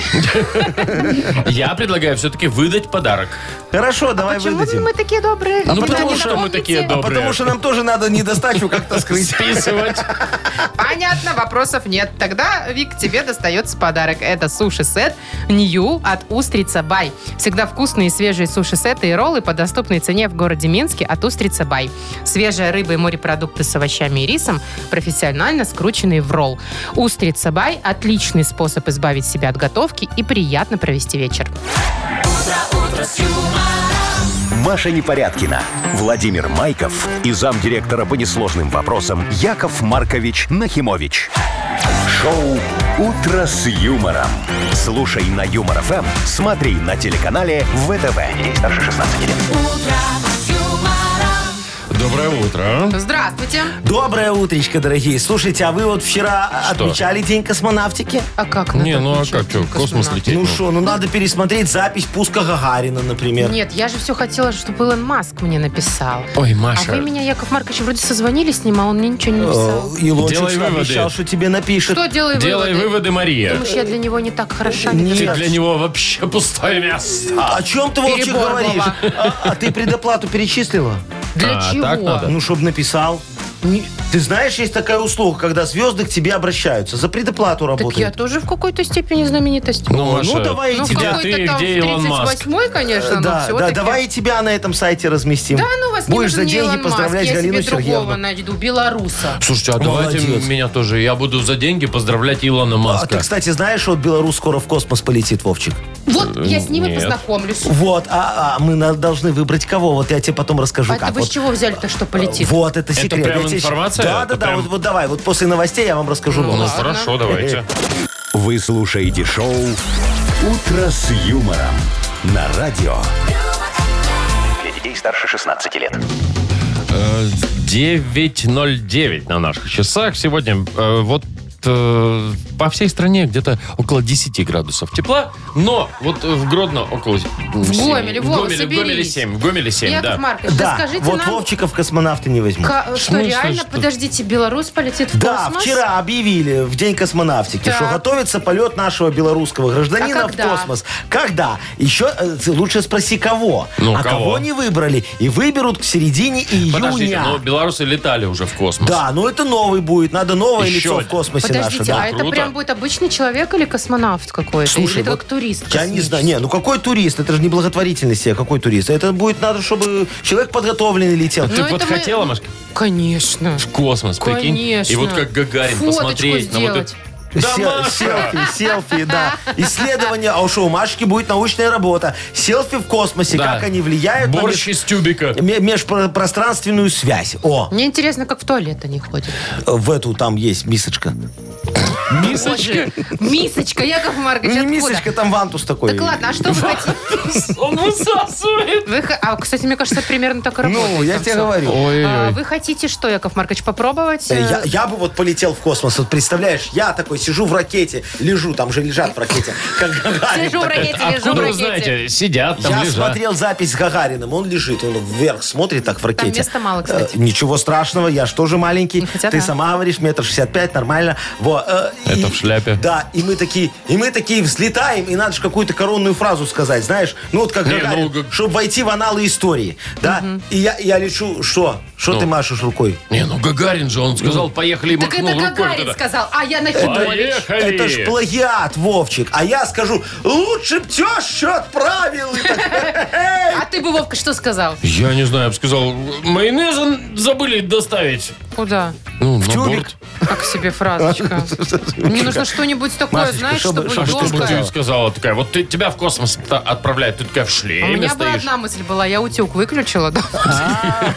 Speaker 2: Я предлагаю все-таки выдать подарок.
Speaker 4: Хорошо, давай
Speaker 3: А Почему
Speaker 4: выдадим.
Speaker 3: мы такие добрые?
Speaker 2: Ну,
Speaker 3: Вы
Speaker 2: потому
Speaker 3: не
Speaker 2: что мы
Speaker 3: напомните?
Speaker 2: такие
Speaker 4: А
Speaker 2: добрые.
Speaker 4: потому что нам тоже надо недостачу как-то скрыть.
Speaker 2: Списывать.
Speaker 3: Понятно, вопросов нет. Тогда, Вик, тебе достается подарок. Это суши-сет Нью от Устрица Бай. Всегда вкусные и свежие суши-сеты и роллы по доступной цене в городе Минске от Устрица Бай. Свежая рыба и морепродукты с овощами и рисом, профессионально скрученные в ролл. Устрица Бай – отличный способ избавить себя от готовки и приятно провести вечер.
Speaker 1: Маша Непорядкина, Владимир Майков и замдиректора по несложным вопросам Яков Маркович Нахимович. Шоу «Утро с юмором». Слушай на Юмор ФМ, смотри на телеканале ВТВ. Здесь старше 16 лет.
Speaker 2: Доброе утро.
Speaker 3: Здравствуйте.
Speaker 4: Доброе утречко, дорогие. Слушайте, а вы вот вчера
Speaker 2: Что?
Speaker 4: отмечали День космонавтики?
Speaker 3: А как
Speaker 2: Не,
Speaker 3: надо
Speaker 2: ну а
Speaker 3: отмечать
Speaker 2: как, что, в
Speaker 3: день
Speaker 2: космос
Speaker 3: космонавта?
Speaker 2: лететь?
Speaker 4: ну что, ну надо пересмотреть запись пуска Гагарина, например.
Speaker 3: Нет, я же все хотела, чтобы Илон Маск мне написал.
Speaker 2: Ой,
Speaker 3: А
Speaker 2: Маша,
Speaker 3: вы меня, Яков Маркович, вроде созвонились с ним, а он мне ничего не
Speaker 4: Э,
Speaker 3: написал.
Speaker 4: Илончик
Speaker 2: Делай
Speaker 4: что,
Speaker 2: выводы.
Speaker 4: обещал, что тебе напишет.
Speaker 3: Что делай
Speaker 2: делай
Speaker 3: выводы?
Speaker 2: выводы, Мария.
Speaker 3: Думаешь, я для него не так хороша?
Speaker 4: Нет.
Speaker 2: Ты для него вообще пустое место.
Speaker 4: А О чем ты, Вовчик,
Speaker 3: Перебор,
Speaker 4: говоришь?
Speaker 3: Вова.
Speaker 4: А, а ты предоплату перечислила?
Speaker 3: Для
Speaker 2: А,
Speaker 3: чего?
Speaker 2: так надо?
Speaker 4: Ну, чтобы написал. Не- Ты знаешь, есть такая услуга, когда звезды к тебе обращаются. За предоплату
Speaker 3: Так я
Speaker 4: работают.
Speaker 3: тоже в какой-то степени знаменитость.
Speaker 2: Ну, Маша,
Speaker 4: ну, давай
Speaker 3: Ну,
Speaker 4: и
Speaker 3: в
Speaker 2: где
Speaker 4: тебя.
Speaker 3: какой-то
Speaker 2: ты,
Speaker 3: там
Speaker 2: где Илон Маск?
Speaker 3: 38-й, конечно, но
Speaker 4: да, да,
Speaker 3: все-таки.
Speaker 4: давай и тебя на этом сайте разместим.
Speaker 3: Да, ну вас
Speaker 4: Будешь
Speaker 3: не нужен
Speaker 4: за
Speaker 3: мне
Speaker 4: деньги
Speaker 3: Илон Маск,
Speaker 4: поздравлять
Speaker 3: я
Speaker 4: Галину
Speaker 3: себе другого
Speaker 4: Сергеевну.
Speaker 3: найду, белоруса.
Speaker 2: Слушайте, а давайте
Speaker 4: Молодец.
Speaker 2: меня тоже. Я буду за деньги поздравлять Илона
Speaker 4: А ты,
Speaker 2: Маска.
Speaker 4: кстати, знаешь, вот Беларусь скоро в космос полетит, Вовчик.
Speaker 3: Вот я с ним и
Speaker 2: нет.
Speaker 3: познакомлюсь.
Speaker 4: Вот, а, а мы на- должны выбрать кого. Вот я тебе потом расскажу,
Speaker 3: А это
Speaker 4: как.
Speaker 3: вы с
Speaker 4: Вот,
Speaker 3: чего взяли-то, что полетит?
Speaker 4: вот это секрет. Я
Speaker 2: прям
Speaker 4: тебе щ-
Speaker 2: информация?
Speaker 4: Да,
Speaker 2: Это
Speaker 4: да, да.
Speaker 2: прям-
Speaker 4: Вот, вот давай, вот после новостей я вам расскажу.
Speaker 2: Ну
Speaker 4: новости.
Speaker 2: хорошо, давайте.
Speaker 1: Вы слушаете шоу «Утро с юмором» на радио.
Speaker 7: Для детей старше 16 лет.
Speaker 2: 9.09 на наших часах. Сегодня э, вот э, по всей стране где-то около 10 градусов тепла, но вот э, в Гродно около... В
Speaker 3: Гомеле, Вова,
Speaker 2: Гомеле, в
Speaker 3: соберись.
Speaker 2: Гомеле 7, в Гомеле 7,
Speaker 3: Яков
Speaker 2: да.
Speaker 3: Маркович, да
Speaker 4: Да,
Speaker 3: скажите
Speaker 4: вот
Speaker 3: нам,
Speaker 4: Вовчика в космонавты не возьму.
Speaker 3: ка- что
Speaker 2: смысле,
Speaker 3: реально,
Speaker 2: что?
Speaker 3: подождите, Беларусь полетит в
Speaker 4: Да,
Speaker 3: космос?
Speaker 4: вчера объявили в День космонавтики,
Speaker 3: Так.
Speaker 4: что готовится полет нашего белорусского гражданина
Speaker 3: А
Speaker 4: в
Speaker 3: когда?
Speaker 4: космос. Когда? Еще э, ты лучше спроси, кого.
Speaker 2: Ну,
Speaker 4: а
Speaker 2: кого?
Speaker 4: кого? не выбрали. И выберут к середине июня.
Speaker 2: Подождите, ну, но белорусы летали уже в космос.
Speaker 4: Да, ну это новый будет. Надо новое
Speaker 2: Еще
Speaker 4: лицо в
Speaker 2: один.
Speaker 4: космосе
Speaker 3: Подождите,
Speaker 4: наше. да.
Speaker 3: а это
Speaker 2: Круто.
Speaker 3: прям будет обычный человек или космонавт какой-то?
Speaker 4: Слушай,
Speaker 3: или как
Speaker 4: вот
Speaker 3: турист?
Speaker 4: Я не знаю.
Speaker 3: космический?
Speaker 4: Не, ну какой турист? Это же не благотворительность, а какой турист? Это будет надо, чтобы человек подготовленный летел.
Speaker 2: Ты
Speaker 3: Ну,
Speaker 2: вот
Speaker 3: это мы-
Speaker 2: хотела, Машка?
Speaker 3: Конечно.
Speaker 2: В космос, прикинь?
Speaker 3: Конечно.
Speaker 2: И вот как Гагарин
Speaker 3: Фоточку
Speaker 2: посмотреть на вот
Speaker 3: сделать.
Speaker 2: это... Да,
Speaker 4: Се-
Speaker 2: Маша!
Speaker 4: селфи, селфи, да. Исследование. А уж у Машки будет научная работа. Селфи в космосе,
Speaker 2: Да.
Speaker 4: как они влияют на
Speaker 2: Борщ из тюбика.
Speaker 4: Ме- Межпространственную связь. О,
Speaker 3: Мне интересно, как в туалет они ходят.
Speaker 4: в эту там есть мисочка.
Speaker 3: Боже, мисочка, Яков Маркович,
Speaker 4: Не
Speaker 3: откуда?
Speaker 4: мисочка, там вантус такой.
Speaker 3: Так ладно, а что вы хотите?
Speaker 2: Он высасывает.
Speaker 3: Вы хо- А, кстати, мне кажется, примерно так и работает.
Speaker 4: Ну, я
Speaker 3: там
Speaker 4: тебе
Speaker 3: всё.
Speaker 4: говорю.
Speaker 3: А, Вы хотите что, Яков Маркович, попробовать?
Speaker 4: Э, Я, я бы вот полетел в космос. Вот представляешь, я такой сижу в ракете, лежу, там же лежат в ракете. Как Гагарин.
Speaker 3: Сижу в
Speaker 4: такой.
Speaker 3: ракете, лежу в
Speaker 2: Откуда вы
Speaker 3: ракете.
Speaker 2: знаете? Сидят там,
Speaker 4: Я
Speaker 2: лежат.
Speaker 4: смотрел запись с Гагариным. Он лежит, он вверх смотрит так в ракете.
Speaker 3: места мало, кстати.
Speaker 4: Э, ничего страшного, я ж тоже маленький.
Speaker 3: Ну, хотя
Speaker 4: Ты
Speaker 3: да.
Speaker 4: сама говоришь, метр шестьдесят пять, нормально. Во, э,
Speaker 2: Это
Speaker 4: и-
Speaker 2: в шляпе.
Speaker 4: Да, и мы такие, и мы такие взлетаем, и надо же какую-то коронную фразу сказать, знаешь, ну вот как
Speaker 2: Не,
Speaker 4: Гагарин,
Speaker 2: ну, как-
Speaker 4: чтобы войти в аналы истории. Да, и я, я лечу, что? Что ты машешь рукой?
Speaker 2: Не, ну Гагарин же, он сказал, поехали, и
Speaker 3: Так это
Speaker 2: махнул рукой.
Speaker 3: Гагарин
Speaker 2: тогда.
Speaker 3: сказал, а я нахидолич.
Speaker 2: Поехали!
Speaker 4: Ну. Это ж плагиат, Вовчик. А я скажу, лучше б теща отправил. И так, «Эй,
Speaker 3: А ты бы, Вовка, что сказал?
Speaker 2: Я не знаю, я бы сказал, майонеза забыли доставить.
Speaker 3: Куда?
Speaker 2: Ну, на
Speaker 4: тюбик.
Speaker 2: борт.
Speaker 3: Как себе фразочка. Мне нужно что-нибудь такое,
Speaker 4: Машечка,
Speaker 3: знаешь, чтобы
Speaker 4: чтобы-
Speaker 2: А
Speaker 4: Что
Speaker 2: что бы ты
Speaker 3: громкое.
Speaker 2: сказала такая? Вот ты, тебя в космос та- отправляют, ты такая в
Speaker 3: А У
Speaker 2: шлеме
Speaker 3: меня бы
Speaker 2: стоишь.
Speaker 3: одна мысль была, я утюг выключила. да.
Speaker 2: А.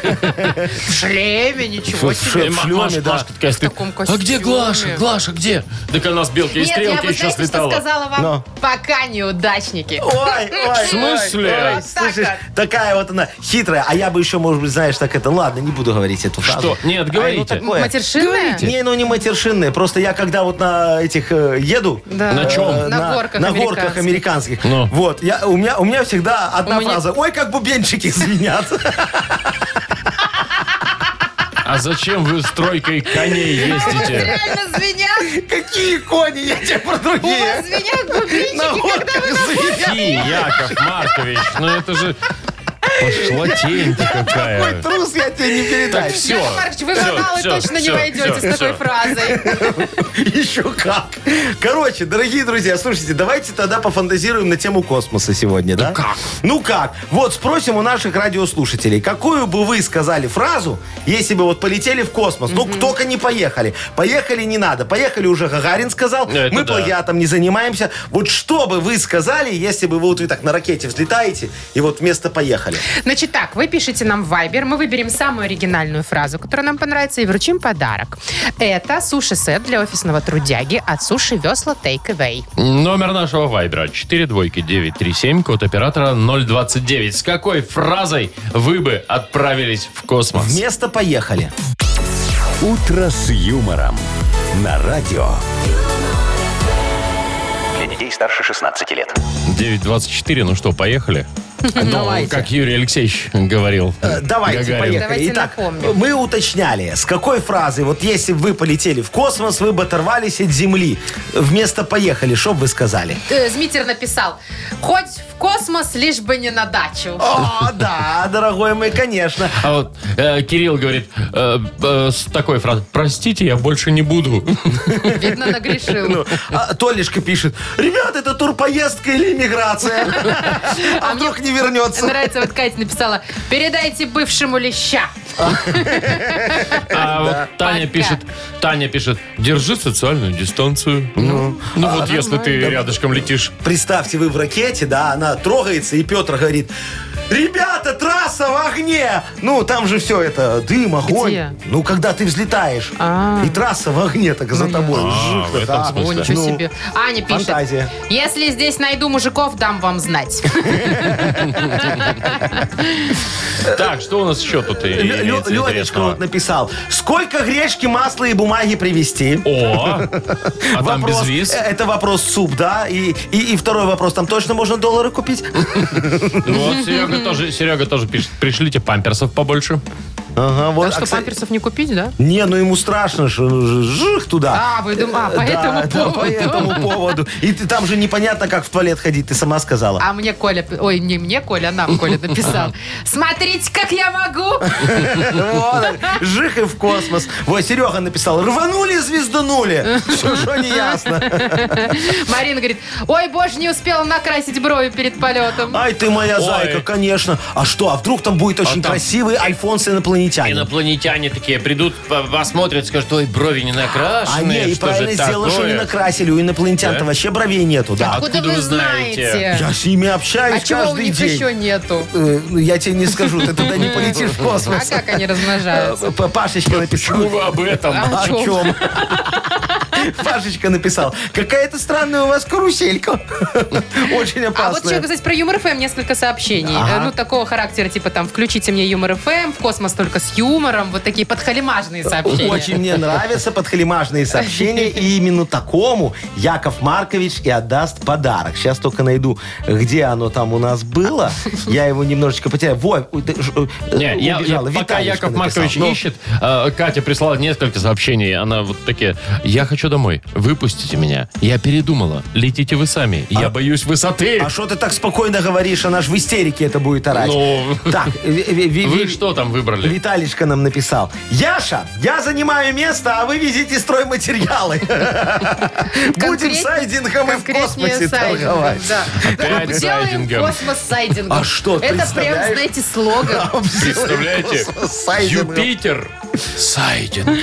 Speaker 3: В шлеме, ничего
Speaker 4: Фу,
Speaker 2: Э,
Speaker 3: себе.
Speaker 4: в
Speaker 2: Ма-
Speaker 4: шлеме,
Speaker 2: Машка,
Speaker 4: да.
Speaker 2: Машка такая стоит.
Speaker 3: таком
Speaker 2: А где
Speaker 3: костюме.
Speaker 2: Глаша? Глаша, где? Так она с белки и
Speaker 3: Нет, я
Speaker 2: стрелки
Speaker 3: бы,
Speaker 2: сейчас
Speaker 3: знаете, что
Speaker 2: летала.
Speaker 3: сказала вам?
Speaker 4: Но.
Speaker 3: Пока неудачники.
Speaker 4: Ой, ой,
Speaker 2: В смысле?
Speaker 4: ой, ой,
Speaker 3: Вот так
Speaker 4: слышишь,
Speaker 3: вот.
Speaker 4: такая вот она хитрая. А я бы еще, может быть, знаешь, так это... Ладно, не буду говорить эту
Speaker 2: Что?
Speaker 4: фразу.
Speaker 2: Нет,
Speaker 4: ну
Speaker 2: говорите.
Speaker 4: такое.
Speaker 3: Матершинная?
Speaker 4: Не, ну не матершинные. Просто я когда вот на этих э, еду...
Speaker 3: Да.
Speaker 2: На чём?
Speaker 4: э,
Speaker 3: На горках
Speaker 4: на горках американских.
Speaker 2: Ну.
Speaker 4: Вот, я, у, меня, у меня всегда одна
Speaker 3: У меня-
Speaker 4: фраза. Ой, как бубенчики звенят.
Speaker 2: А зачем вы с тройкой коней
Speaker 3: А у вас
Speaker 2: ездите?
Speaker 3: реально звенят?
Speaker 4: Какие кони, я тебе про
Speaker 3: У вас
Speaker 4: другие.
Speaker 3: звенят губинчики, когда вы...
Speaker 2: Какие, Яков Маркович? Ну это же пошла тень какая.
Speaker 4: Трус я тебе не передаю.
Speaker 2: всё.
Speaker 3: Яков Маркович, вы в
Speaker 2: Всё,
Speaker 3: аналы
Speaker 2: всё,
Speaker 3: точно не
Speaker 2: всё,
Speaker 3: войдете
Speaker 2: всё,
Speaker 3: с
Speaker 2: всё.
Speaker 3: такой фразой.
Speaker 4: Еще как. Короче, дорогие друзья, слушайте, давайте тогда пофантазируем на тему космоса сегодня, да?
Speaker 2: как?
Speaker 4: Ну как? Вот спросим у наших радиослушателей, какую бы вы сказали фразу, если бы вот полетели в космос, ну только не поехали. Поехали не надо, поехали уже Гагарин сказал,
Speaker 2: Ну, это
Speaker 4: мы
Speaker 2: да.
Speaker 4: плагиатом не занимаемся. Вот что бы вы сказали, если бы вы вот вы так на ракете взлетаете и вот вместо поехали?
Speaker 3: Значит так, вы пишите нам в Viber, мы выберем самую оригинальную фразу, которая нам понравится, и вручим подарок. Это суши-сет для офисного трудяги от суши весла Take Away.
Speaker 2: Номер нашего вайбера 4 двойки 937, код оператора 029. С какой фразой вы бы отправились в космос?
Speaker 4: Вместо поехали.
Speaker 1: «Утро с юмором» на радио.
Speaker 7: Для детей старше 16 лет.
Speaker 2: 924, ну что, поехали? Ну, как Юрий Алексеевич говорил.
Speaker 4: Э, Давайте,
Speaker 2: Гагарин.
Speaker 4: поехали.
Speaker 3: Давайте
Speaker 4: Итак,
Speaker 3: напомним.
Speaker 4: мы уточняли, с какой фразы, вот если бы вы полетели в космос, вы бы оторвались от Земли. Вместо «поехали», что бы вы сказали?
Speaker 3: Э, Змитер написал, хоть в космос, лишь бы не на дачу.
Speaker 4: О, А, да, дорогой мой, конечно.
Speaker 2: А вот э, Кирилл говорит э, э, с такой фразой, простите, я больше не буду.
Speaker 3: Видно, нагрешил.
Speaker 4: А Толешка пишет, ребят, это турпоездка или иммиграция? А вдруг не вернется?
Speaker 3: Нравится, вот Катя написала, передайте бывшему леща.
Speaker 2: А вот Таня
Speaker 3: Пока.
Speaker 2: пишет, Таня пишет, держи социальную дистанцию. Ну, ну вот если ты рядышком летишь.
Speaker 4: Представьте, вы в ракете, да, она трогается, и Петр говорит, ребята, трасса в огне! Ну, там же все это, дым, огонь.
Speaker 3: Где?
Speaker 4: Ну, когда ты взлетаешь,
Speaker 3: А.
Speaker 4: и трасса в огне так за тобой.
Speaker 2: А, в
Speaker 4: Жжик-то,
Speaker 2: этом
Speaker 4: да.
Speaker 2: смысле.
Speaker 3: О, ничего
Speaker 4: Ну,
Speaker 3: себе. Аня пишет,
Speaker 4: фантазия.
Speaker 3: если здесь найду мужиков, дам вам знать.
Speaker 2: Так, что у нас еще тут и-
Speaker 4: Лё- Лё-
Speaker 2: имеется
Speaker 4: Ленечка
Speaker 2: интересного?
Speaker 4: вот написал, сколько гречки, масла и бумаги привезти?
Speaker 2: О, а там
Speaker 4: Вопрос.
Speaker 2: без виз?
Speaker 4: Э, Это вопрос суп, да? И, и, и второй вопрос, там точно можно доллары купить?
Speaker 2: Ну, вот Серега тоже, Серега тоже пишет, пришлите памперсов побольше.
Speaker 4: Ага, вот.
Speaker 3: А
Speaker 4: а,
Speaker 3: что,
Speaker 4: кстати,
Speaker 3: памперсов не купить, да?
Speaker 4: Не, ну ему страшно, что ну, ж- жих туда.
Speaker 3: А, вы дум- а,
Speaker 4: Э,
Speaker 3: по
Speaker 4: да,
Speaker 3: этому
Speaker 4: да,
Speaker 3: поводу.
Speaker 4: по этому поводу. И ты- там же непонятно, как в туалет ходить, ты сама сказала.
Speaker 3: А мне Коля, пи- ой, не мне Коля, а нам Коля написал. Смотрите, как я могу.
Speaker 4: Вот он, Жих и в космос. Вот Серега написал, рванули, звезданули. Все, что не ясно.
Speaker 3: Марина говорит, ой, боже, не успела накрасить брови перед полетом.
Speaker 4: Ай ты моя зайка, конечно. А что, а вдруг там будет очень
Speaker 2: там-
Speaker 4: красивый Альфонс инопланетянин?
Speaker 2: Инопланетяне такие придут, по- посмотрят, скажут, ой, брови не накрашены.
Speaker 4: А не, и
Speaker 2: что же
Speaker 4: правильно сделала, что не
Speaker 2: такое?»
Speaker 4: накрасили. У инопланетян-то
Speaker 2: Да?
Speaker 4: вообще бровей нету, да.
Speaker 2: Откуда
Speaker 3: Откуда вы
Speaker 2: вы знаете?
Speaker 3: знаете?
Speaker 4: Я с ними общаюсь
Speaker 3: А чего у
Speaker 4: каждый
Speaker 3: них
Speaker 4: день.
Speaker 3: еще нету?
Speaker 4: Э, ну, Я тебе не скажу, ты туда не полетишь в
Speaker 3: А
Speaker 4: космос.
Speaker 3: как они размножаются?
Speaker 4: Э, П- Пашечка
Speaker 2: Почему
Speaker 4: написал.
Speaker 2: Ну, вы об этом?
Speaker 3: А?
Speaker 4: О
Speaker 3: о чём?
Speaker 4: чем? Пашечка написал. Какая-то странная у вас каруселька. Очень
Speaker 3: А вот человек,
Speaker 4: опасная.
Speaker 3: кстати, про Юмор ФМ несколько сообщений.
Speaker 4: Ага.
Speaker 3: Э, Ну, такого характера, типа там, включите мне Юмор ФМ, в космос только с юмором. Вот такие подхалимажные сообщения.
Speaker 4: Очень мне нравятся подхалимажные сообщения, и именно такому Яков Маркович и отдаст подарок. Сейчас только найду, где оно там у нас было. Я его немножечко потерял. Во, у- ты ж, э,
Speaker 2: Не, я- я-
Speaker 4: убежала.
Speaker 2: пока
Speaker 4: Виталишка
Speaker 2: Яков
Speaker 4: написал.
Speaker 2: Маркович
Speaker 4: Ну,
Speaker 2: ищет, э, Катя прислала несколько сообщений. Она вот такие, я хочу домой, выпустите меня. Я передумала, летите вы сами, я боюсь высоты.
Speaker 4: А что ты так спокойно говоришь? Она ж в истерике это будет орать.
Speaker 2: Ну.
Speaker 4: Так, Ви- Ви- Ви-
Speaker 2: Вы
Speaker 4: Ви-
Speaker 2: что там выбрали?
Speaker 4: Виталишка нам написал. Яша, я занимаю место, а вы везите стройматериалы. Будем
Speaker 3: Конкретнее-
Speaker 4: сайдингом и в
Speaker 3: Конкретнее
Speaker 4: космосе
Speaker 3: сайдингом.
Speaker 4: торговать.
Speaker 3: да.
Speaker 2: Опять
Speaker 3: Делаем
Speaker 2: сайдингом.
Speaker 3: космос сайдингом.
Speaker 4: А что,
Speaker 3: Это прям,
Speaker 4: представляешь?
Speaker 3: знаете, слоган.
Speaker 2: Представляете?
Speaker 4: Сайдингом.
Speaker 2: Юпитер сайдингом.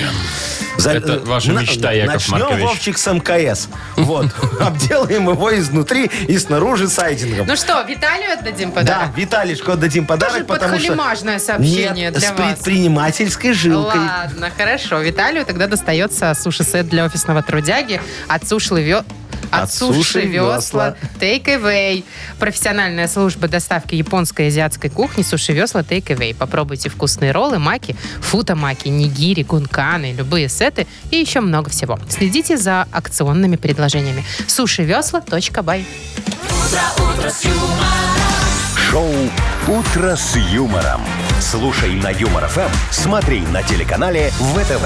Speaker 4: За-
Speaker 2: Это ваша
Speaker 4: на-
Speaker 2: мечта, Яков
Speaker 4: начнем,
Speaker 2: Маркович.
Speaker 4: Вовчик, с МКС. Вот. Обделаем его изнутри и снаружи сайдингом.
Speaker 3: Ну что, Виталию отдадим
Speaker 4: Да,
Speaker 3: подарок?
Speaker 4: Виталишку отдадим
Speaker 3: Тоже
Speaker 4: подарок, потому что...
Speaker 3: подхалимажное сообщение
Speaker 4: Нет, ну,
Speaker 3: для
Speaker 4: с
Speaker 3: вас.
Speaker 4: предпринимательской жилкой.
Speaker 3: Ладно, хорошо. Виталию тогда достается суши-сет для офисного трудяги от суши ве- От
Speaker 4: От
Speaker 3: суши
Speaker 4: суши
Speaker 3: весла
Speaker 4: весла.
Speaker 3: Take Away. Профессиональная служба доставки японской и азиатской кухни суши весла Take Away. Попробуйте вкусные роллы, маки, футамаки, нигири, гунканы, любые сеты и еще много всего. Следите за акционными предложениями. Суши бай.
Speaker 1: Шоу «Утро с юмором». Слушай на Юмор ФМ, смотри на телеканале ВТВ.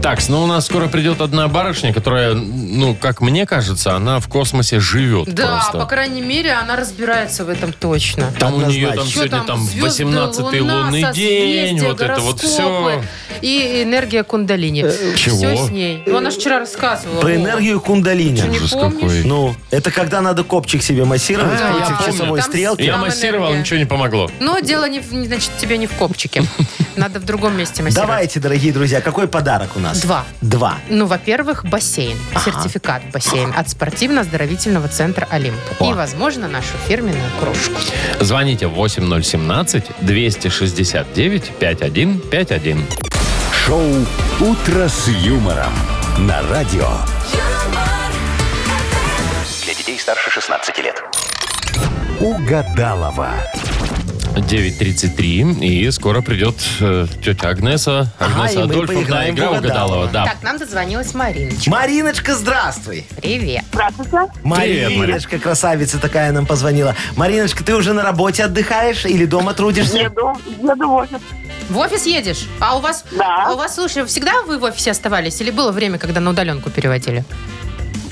Speaker 2: Так, ну у нас скоро придет одна барышня, которая, ну, как мне кажется, она в космосе живет
Speaker 3: Да,
Speaker 2: просто.
Speaker 3: по крайней мере, она разбирается в этом точно.
Speaker 2: Там у нее там
Speaker 4: Однозначно.
Speaker 2: сегодня
Speaker 3: Чё
Speaker 2: там
Speaker 3: звезды,
Speaker 2: 18-й
Speaker 3: луна,
Speaker 2: лунный день,
Speaker 3: созвездия,
Speaker 2: вот это вот все.
Speaker 3: гороскопы И энергия кундалини.
Speaker 2: чего?
Speaker 3: Все с ней. Ну, она же вчера рассказывала.
Speaker 4: Про
Speaker 3: Вова.
Speaker 4: энергию
Speaker 3: Ты
Speaker 4: кундалини.
Speaker 3: не
Speaker 2: Ужас
Speaker 3: помнишь?
Speaker 2: какой.
Speaker 4: Ну, это когда надо копчик себе массировать
Speaker 2: А, я
Speaker 4: против
Speaker 2: помню.
Speaker 4: часовой
Speaker 3: Там
Speaker 4: стрелки.
Speaker 2: Я
Speaker 3: Там
Speaker 2: массировал,
Speaker 3: энергия.
Speaker 2: ничего не помогло.
Speaker 3: Но дело, не, в- не- значит, тебе не в копчике. Надо в другом месте массировать.
Speaker 4: Давайте, дорогие друзья, какой подарок у нас? вас?
Speaker 3: Два.
Speaker 4: Два.
Speaker 3: Ну, во-первых, бассейн. Сертификат бассейн от спортивно-оздоровительного центра «Олимп».
Speaker 4: О.
Speaker 3: И, возможно, нашу фирменную кружку.
Speaker 2: Звоните 8017-269-5151.
Speaker 1: Шоу «Утро с юмором» на радио.
Speaker 7: Для детей старше 16 лет.
Speaker 1: Угадалова.
Speaker 2: 9.33. И скоро придет э, тетя Агнеса.
Speaker 4: Ага, и
Speaker 2: Агнеса
Speaker 4: мы
Speaker 2: Адольфовна.
Speaker 4: поиграем в
Speaker 2: Игра угадалова.
Speaker 4: угадалово.
Speaker 2: Да.
Speaker 3: Так, нам дозвонилась Мариночка.
Speaker 4: Мариночка, здравствуй.
Speaker 3: Привет.
Speaker 5: Здравствуйте.
Speaker 2: Привет, Марин.
Speaker 4: Мариночка, красавица такая нам позвонила. Мариночка, ты уже на работе отдыхаешь или дома трудишься?
Speaker 5: Еду, еду в офис.
Speaker 3: В офис едешь? А у вас,
Speaker 5: Да.
Speaker 3: у вас, слушай, всегда вы в офисе оставались? Или было время, когда на удаленку переводили?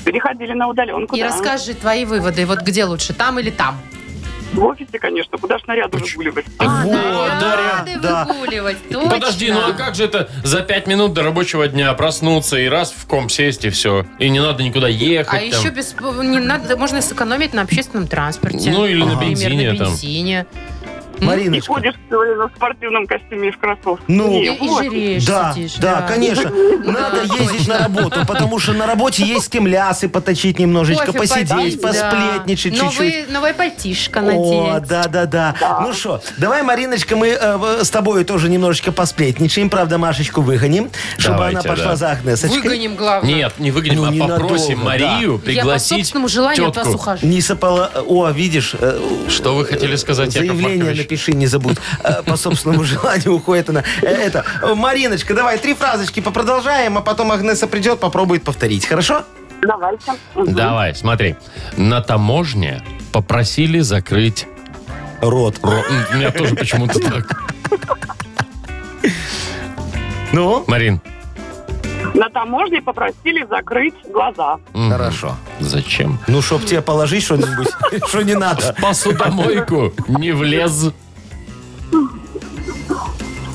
Speaker 5: Переходили на удаленку.
Speaker 3: И
Speaker 5: да.
Speaker 3: расскажи твои выводы. Вот где лучше, там или там?
Speaker 5: В офисе, конечно, куда ж наряды выгуливать.
Speaker 2: Вот, Дарья.
Speaker 3: Надо
Speaker 4: да.
Speaker 3: выгуливать, точно.
Speaker 2: Подожди, ну а как же это за пять минут до рабочего дня проснуться и раз в ком сесть и все? И не надо никуда ехать.
Speaker 3: А
Speaker 2: там.
Speaker 3: еще без, не надо, можно сэкономить на общественном транспорте.
Speaker 2: Ну, или на
Speaker 3: Например,
Speaker 2: бензине
Speaker 3: на
Speaker 2: там.
Speaker 3: бензине.
Speaker 5: И
Speaker 4: Мариночка.
Speaker 5: ходишь сегодня в спортивном костюме и в кроссовках.
Speaker 4: Ну.
Speaker 5: Не,
Speaker 3: И, и
Speaker 5: вот.
Speaker 3: жиреешь,
Speaker 4: Да,
Speaker 3: сидишь.
Speaker 4: да, конечно. Надо
Speaker 3: Да,
Speaker 4: ездить на работу, потому что на работе есть с кем лясы поточить немножечко,
Speaker 3: Кофе попить,
Speaker 4: посидеть,
Speaker 3: да.
Speaker 4: посплетничать чуть-чуть.
Speaker 3: Новые- Новое пальтишко
Speaker 4: О,
Speaker 3: надеть.
Speaker 4: да, да, да. Ну что, давай, Мариночка, мы э, в- с тобой тоже немножечко посплетничаем. Правда, Машечку выгоним, чтобы
Speaker 2: Давайте,
Speaker 4: она пошла
Speaker 2: да.
Speaker 4: за Агнесочкой.
Speaker 3: Выгоним, главное.
Speaker 2: Нет, не выгоним,
Speaker 4: Ну,
Speaker 2: а
Speaker 4: ненадолго,
Speaker 2: попросим
Speaker 4: да.
Speaker 2: Марию
Speaker 3: Я по
Speaker 2: пригласить
Speaker 3: собственному желанию от вас
Speaker 2: тетку.
Speaker 3: ухожу.
Speaker 4: Не сопола... О, видишь, э,
Speaker 2: Что вы хотели сказать, Яков
Speaker 4: заявление
Speaker 2: Маркович?
Speaker 4: напиши, не забудь. Э, По собственному желанию уходит она. Э, Это, э, Мариночка, давай три фразочки попродолжаем, а потом Агнеса придет, попробует повторить. Хорошо?
Speaker 5: Давайте. Мгм.
Speaker 2: Давай, смотри. На таможне попросили закрыть...
Speaker 4: Рот.
Speaker 2: ро- У меня тоже почему-то так.
Speaker 4: Ну?
Speaker 2: Марин,
Speaker 5: На таможне попросили закрыть глаза.
Speaker 4: Хорошо.
Speaker 2: зачем?
Speaker 4: Ну, чтоб тебе положить что-нибудь, что не надо.
Speaker 2: Посудомойку не влез.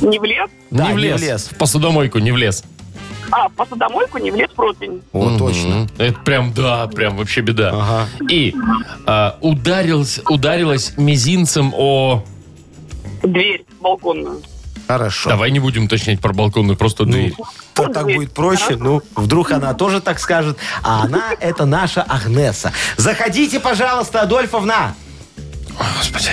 Speaker 5: Не влез,
Speaker 4: Да,
Speaker 2: не
Speaker 4: не
Speaker 2: влез.
Speaker 4: влез.
Speaker 2: В посудомойку не влез.
Speaker 5: а в посудомойку не влез противень.
Speaker 4: О, точно.
Speaker 2: Мгм. Это прям, да, прям вообще беда.
Speaker 4: Ага.
Speaker 2: И а, ударилась, ударилась мизинцем о...
Speaker 5: Дверь балконную.
Speaker 4: Хорошо.
Speaker 2: Давай не будем уточнять про балконную, просто
Speaker 4: Ну.
Speaker 2: дверь.
Speaker 4: То так будет проще. Ну, вдруг она тоже так скажет. А она – это наша Агнеса. Заходите, пожалуйста, Адольфовна.
Speaker 2: Господи.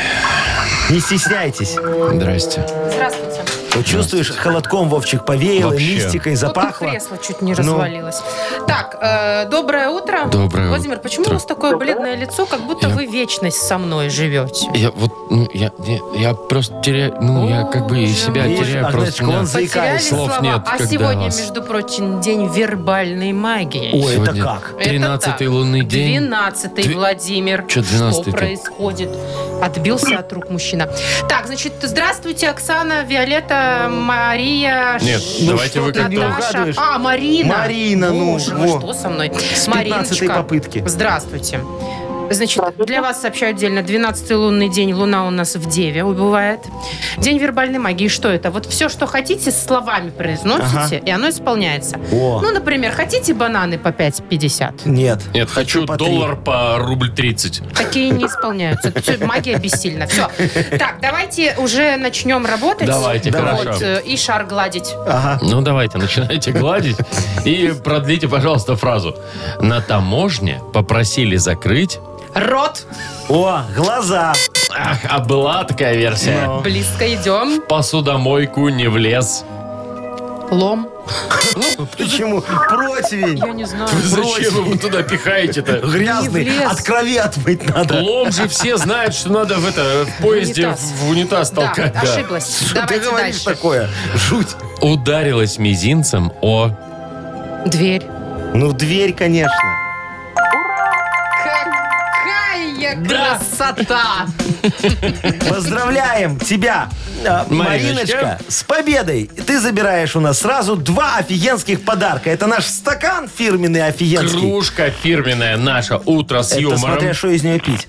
Speaker 4: Не стесняйтесь.
Speaker 2: Здрасте.
Speaker 3: Здравствуйте.
Speaker 4: Вот Ну, чувствуешь, холодком, Вовчик, повеяло,
Speaker 2: Вообще.
Speaker 4: мистикой
Speaker 3: Вот тут
Speaker 4: запахло.
Speaker 3: кресло чуть
Speaker 2: Ну.
Speaker 3: не развалилось. Так, э, доброе утро.
Speaker 2: Доброе
Speaker 3: Владимир, почему
Speaker 2: утро.
Speaker 3: у вас такое бледное лицо, как будто
Speaker 2: Я-
Speaker 3: вы вечность со мной живете?
Speaker 2: Я вот, ну, я, не, я просто теряю, ну, я как бы и
Speaker 3: Боже
Speaker 2: себя
Speaker 3: мой.
Speaker 2: теряю
Speaker 4: Видишь,
Speaker 2: просто.
Speaker 4: Агнесочка,
Speaker 2: меня-
Speaker 4: он за-
Speaker 3: Потеряли
Speaker 4: заикаюсь.
Speaker 2: Слов
Speaker 3: слова,
Speaker 2: нет,
Speaker 3: а
Speaker 2: когда
Speaker 3: сегодня,
Speaker 2: вас-
Speaker 3: между прочим, день вербальной магии.
Speaker 4: Ой, это
Speaker 2: Сегодня
Speaker 4: как?
Speaker 2: 13-й лунный день.
Speaker 3: 12
Speaker 2: Дви-
Speaker 3: Владимир.
Speaker 2: Чё 12-й-то?
Speaker 3: Что происходит? Отбился от рук мужчина. Так, значит, здравствуйте, Оксана, Виолетта, Мария.
Speaker 2: Нет,
Speaker 3: Ш-
Speaker 2: давайте вы
Speaker 3: что-то,
Speaker 2: как-то-
Speaker 3: Наташа.
Speaker 4: Угадываешь?
Speaker 3: А, Марина.
Speaker 4: Марина, ну,
Speaker 3: Боже мой,
Speaker 4: во.
Speaker 3: что со мной?
Speaker 4: С 15
Speaker 3: Мариночка,
Speaker 4: попытки.
Speaker 3: здравствуйте. Значит, для вас сообщаю отдельно. 12-й лунный день, луна у нас в Деве убывает. День вербальной магии. Что это? Вот все, что хотите, словами произносите, и оно исполняется.
Speaker 4: О.
Speaker 3: Ну, например, хотите бананы по 5,50?
Speaker 4: Нет.
Speaker 2: Нет, хочу
Speaker 4: по три.
Speaker 2: доллар по рубль 30.
Speaker 3: Такие не исполняются. Всё, магия бессильна. Все. Так, давайте уже начнем работать.
Speaker 2: Давайте,
Speaker 3: Вот,
Speaker 2: хорошо.
Speaker 3: э, и шар гладить.
Speaker 4: Ага.
Speaker 2: Ну, давайте, начинайте гладить и продлите, пожалуйста, фразу. На таможне попросили закрыть...
Speaker 3: Рот.
Speaker 4: О, глаза.
Speaker 2: Ах, а была такая версия.
Speaker 3: Близко идем.
Speaker 2: Посудомойку не влез.
Speaker 3: Лом.
Speaker 4: Почему? Противень.
Speaker 3: Я не знаю.
Speaker 2: А Зачем его туда пихаете-то?
Speaker 3: Не
Speaker 4: Грязный.
Speaker 3: влез.
Speaker 4: От крови отмыть надо.
Speaker 2: Лом же все знают, что надо в, это, в поезде
Speaker 3: унитаз.
Speaker 2: в унитаз
Speaker 3: Да,
Speaker 2: толкать. да.
Speaker 3: ошиблась.
Speaker 4: Что ты
Speaker 3: Давайте
Speaker 4: говоришь
Speaker 3: дальше.
Speaker 4: такое? Жуть.
Speaker 2: Ударилась мизинцем о...
Speaker 3: Дверь.
Speaker 4: Ну, дверь, конечно.
Speaker 3: Какая
Speaker 2: Да.
Speaker 3: красота!
Speaker 4: Поздравляем тебя, э,
Speaker 2: Мариночка.
Speaker 4: Мариночка, с победой. Ты забираешь у нас сразу два офигенских подарка. Это наш стакан фирменный офигенский.
Speaker 2: Кружка фирменная наша «Утро с
Speaker 4: Это
Speaker 2: юмором».
Speaker 4: смотря, что из нее пить.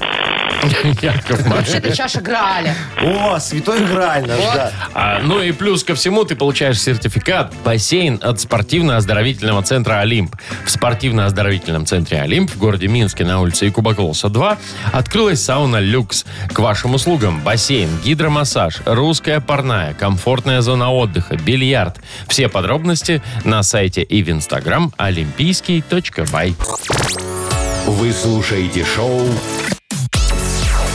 Speaker 2: Яков Маркович.
Speaker 3: Вообще-то чаша Грааля.
Speaker 4: О, святой Грааль наш, да.
Speaker 2: А, ну и плюс ко всему ты получаешь сертификат «Бассейн» от спортивно-оздоровительного центра «Олимп». В спортивно-оздоровительном центре «Олимп» в городе Минске на улице Якубаколоса 2 открылась сауна «Люкс». К вашим услугам бассейн, гидромассаж, русская парная, комфортная зона отдыха, бильярд. Все подробности на сайте и в инстаграм олимпийский.бай.
Speaker 1: Вы слушаете шоу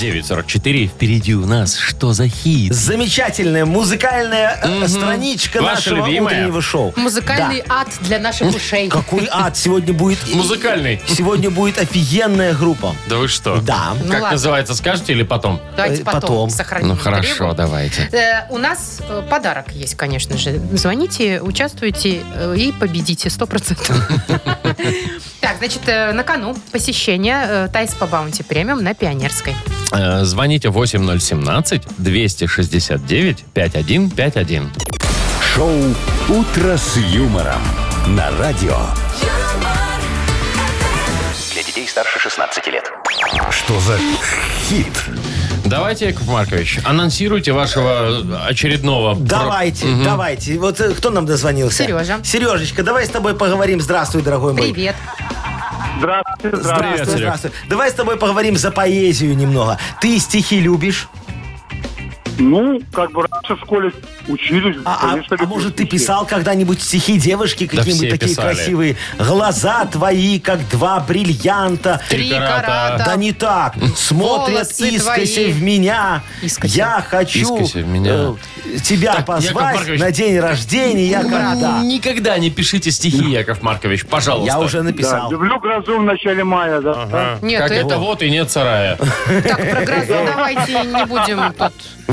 Speaker 2: 9.44. Впереди у нас что за хит?
Speaker 4: Замечательная музыкальная э, страничка
Speaker 2: Ваша
Speaker 4: нашего
Speaker 2: любимая.
Speaker 4: утреннего шоу.
Speaker 3: Музыкальный
Speaker 4: Да.
Speaker 3: ад для наших ушей.
Speaker 4: Какой ад сегодня будет?
Speaker 2: Музыкальный.
Speaker 4: Сегодня будет офигенная группа.
Speaker 2: Да вы что?
Speaker 4: Да.
Speaker 3: Ну
Speaker 2: Как
Speaker 3: ладно.
Speaker 2: называется, скажете или потом?
Speaker 3: Давайте
Speaker 4: э,
Speaker 3: потом,
Speaker 4: потом.
Speaker 3: сохраним.
Speaker 2: Ну хорошо,
Speaker 3: интригу.
Speaker 2: давайте.
Speaker 3: Э, У нас э, подарок есть, конечно же. Звоните, участвуйте э, и победите 100%. Так, значит, э, на кону посещение э, Тайс по Баунти премиум на Пионерской.
Speaker 2: Э, Звоните 8017-269-5151.
Speaker 1: Шоу «Утро с юмором» на радио.
Speaker 7: Для детей старше 16 лет.
Speaker 1: Что за хит?
Speaker 2: Давайте, Яков Маркович, анонсируйте вашего очередного... про-
Speaker 4: Давайте, давайте. Вот э, кто нам дозвонился?
Speaker 3: Сережа.
Speaker 4: Сережечка, давай с тобой поговорим. Здравствуй, дорогой мой.
Speaker 3: Привет.
Speaker 8: Здравствуйте, здравствуйте.
Speaker 2: Привет, Серег.
Speaker 4: Здравствуй. Давай с тобой поговорим за поэзию немного. Ты стихи любишь?
Speaker 8: Ну, как бы раньше в школе учились,
Speaker 4: А, а-
Speaker 8: конечно,
Speaker 4: а
Speaker 8: люблю
Speaker 4: может, ты
Speaker 8: стихи.
Speaker 4: писал когда-нибудь стихи девушки какие-нибудь
Speaker 2: все
Speaker 4: такие
Speaker 2: писали.
Speaker 4: красивые? Глаза твои, как два бриллианта.
Speaker 2: Три карата.
Speaker 4: Да,
Speaker 3: карата.
Speaker 4: не так. Смотрят
Speaker 3: Волосы
Speaker 4: искоси
Speaker 3: твои.
Speaker 4: в меня.
Speaker 3: Искоси.
Speaker 4: Я хочу
Speaker 2: Искоси в меня.
Speaker 4: э, тебя
Speaker 2: Так, Яков
Speaker 4: позвать
Speaker 2: Маркович.
Speaker 4: на день рождения. Я когда?
Speaker 2: Никогда не пишите стихи, Яков Маркович, пожалуйста.
Speaker 4: Я уже
Speaker 8: Да,
Speaker 4: написал.
Speaker 8: люблю грозу в начале мая, да.
Speaker 2: Ага.
Speaker 3: Нет,
Speaker 2: как
Speaker 3: это-
Speaker 2: это вот и нет сарая.
Speaker 3: Так, про грозу давайте не будем тут.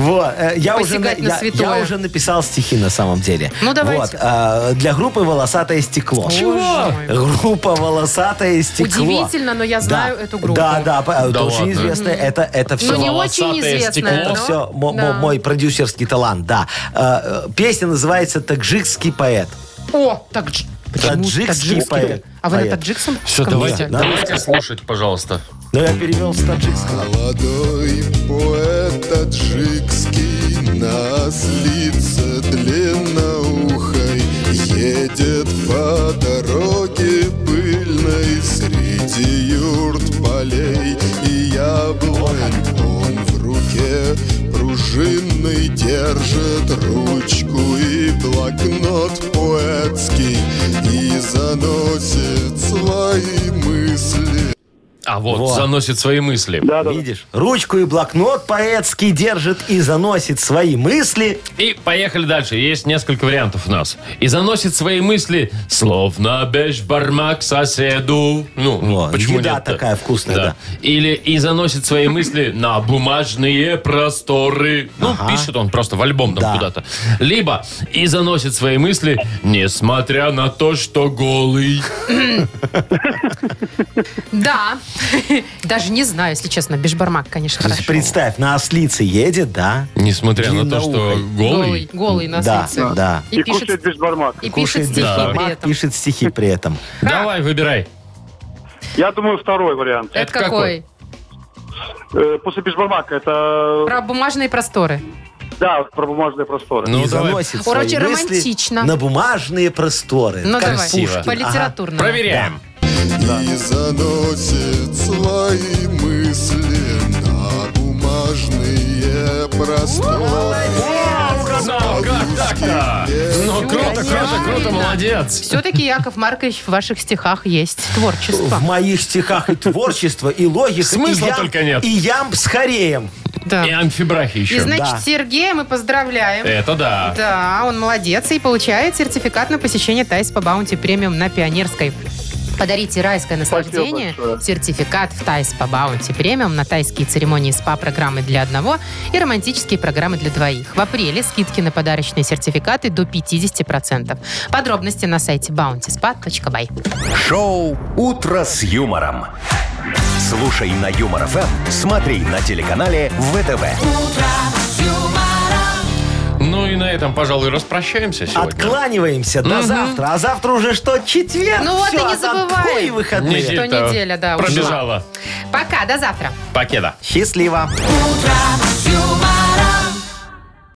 Speaker 4: Вот, э, я, уже, на-
Speaker 3: Посягать на
Speaker 4: я-
Speaker 3: святое.
Speaker 4: я уже написал стихи на самом деле.
Speaker 3: Ну, давайте.
Speaker 4: Вот, э, для группы «Волосатое стекло».
Speaker 3: Чего?
Speaker 4: Группа «Волосатое стекло».
Speaker 3: Удивительно, но я знаю
Speaker 4: Да.
Speaker 3: эту группу.
Speaker 4: Да, да, по- это
Speaker 2: Да
Speaker 4: очень
Speaker 2: ладно.
Speaker 4: известно. Это, это все.
Speaker 3: Ну, не очень
Speaker 2: волосатое
Speaker 3: известная.
Speaker 2: стекло.
Speaker 3: но-
Speaker 4: это все мо- мо-
Speaker 3: да.
Speaker 4: мой продюсерский талант, да. Э, э, Песня называется «Таджикский поэт».
Speaker 3: О, таджик. Почему
Speaker 4: Таджикский поэт.
Speaker 3: А вы на
Speaker 4: Поэт.
Speaker 3: таджикском?
Speaker 2: Все, давайте, давайте слушать, пожалуйста.
Speaker 4: Но Ну, я перевел с таджикского.
Speaker 6: Молодой поэт таджикский Нас лица длинноухой Едет по дороге пыльной Среди юрт, полей и яблонь Он в руке пружинный держит ручку И блокнот поэтский И заносит свои мысли
Speaker 2: А вот,
Speaker 4: Вот.
Speaker 2: заносит свои мысли.
Speaker 8: Да, да, да.
Speaker 4: Видишь? Ручку и блокнот поэтский держит и заносит свои мысли.
Speaker 2: И поехали дальше. Есть несколько вариантов у нас. И заносит свои мысли словно бешбармак соседу. Ну,
Speaker 4: Во,
Speaker 2: почему
Speaker 4: еда
Speaker 2: нет?
Speaker 4: такая вкусная, да.
Speaker 2: Или и заносит свои мысли на бумажные просторы. Ну, пишет он просто в альбом там
Speaker 4: Да.
Speaker 2: куда-то. Либо и заносит свои мысли, несмотря на то, что голый.
Speaker 3: Да. Даже не знаю, если честно. Бешбармак, конечно,
Speaker 4: То есть
Speaker 3: хорошо.
Speaker 4: Представь, на ослице едет, да?
Speaker 2: Несмотря на то, что
Speaker 4: Длинноухой.
Speaker 2: голый.
Speaker 3: Голый, голый на
Speaker 4: Да,
Speaker 3: улице.
Speaker 4: да.
Speaker 3: И,
Speaker 8: И
Speaker 3: пишет,
Speaker 8: кушает без бармака.
Speaker 3: и пишет стихи
Speaker 2: да.
Speaker 3: при
Speaker 4: Башмак
Speaker 3: этом.
Speaker 4: пишет стихи при этом.
Speaker 2: Давай, выбирай.
Speaker 8: Я думаю, второй вариант.
Speaker 3: Это
Speaker 2: Это какой?
Speaker 3: какой?
Speaker 8: Э, после бешбармака это...
Speaker 3: Про бумажные просторы.
Speaker 8: Да, про бумажные просторы.
Speaker 2: Ну,
Speaker 4: и
Speaker 2: давай.
Speaker 4: заносит
Speaker 3: Короче,
Speaker 4: свои мысли
Speaker 3: романтично.
Speaker 4: на бумажные просторы.
Speaker 3: Ну
Speaker 4: Как
Speaker 3: давай,
Speaker 2: Пушкин.
Speaker 3: по
Speaker 4: Ага.
Speaker 3: литературному.
Speaker 2: Проверяем.
Speaker 6: И заносит свои мысли на бумажные просторы.
Speaker 2: Ну, как так-то? Ну, круто, круто, круто, молодец.
Speaker 3: Все-таки Яков Маркович в ваших стихах есть творчество.
Speaker 4: В моих стихах и творчество, и логика,
Speaker 2: Смысла
Speaker 4: и ям,
Speaker 2: только нет.
Speaker 4: И ям с хореем.
Speaker 3: Да.
Speaker 2: И амфибрахи еще.
Speaker 3: А. И значит,
Speaker 4: да.
Speaker 3: Сергея мы поздравляем.
Speaker 2: Это да.
Speaker 3: Да, он молодец и получает сертификат на посещение Тайс по Баунти премиум на Пионерской. Подарите райское наслаждение,
Speaker 8: большое.
Speaker 3: сертификат в Тайс по Баунти премиум на тайские церемонии СПА-программы для одного и романтические программы для двоих. В апреле скидки на подарочные сертификаты до 50%. Подробности на сайте bountyspa.by.
Speaker 1: Шоу «Утро с юмором». Слушай на Юмор ФМ, смотри на телеканале ВТВ.
Speaker 2: Ну Ну и на этом, пожалуй, распрощаемся сегодня.
Speaker 4: Откланиваемся до завтра. А завтра уже что, четверг?
Speaker 3: Ну вот
Speaker 4: Всё,
Speaker 3: и не
Speaker 4: а там
Speaker 3: забываем.
Speaker 4: такие выходные.
Speaker 3: Недель. что неделя, да, ушла.
Speaker 2: Пробежала.
Speaker 3: Пока, до завтра.
Speaker 2: Покеда.
Speaker 4: Счастливо.
Speaker 9: утро.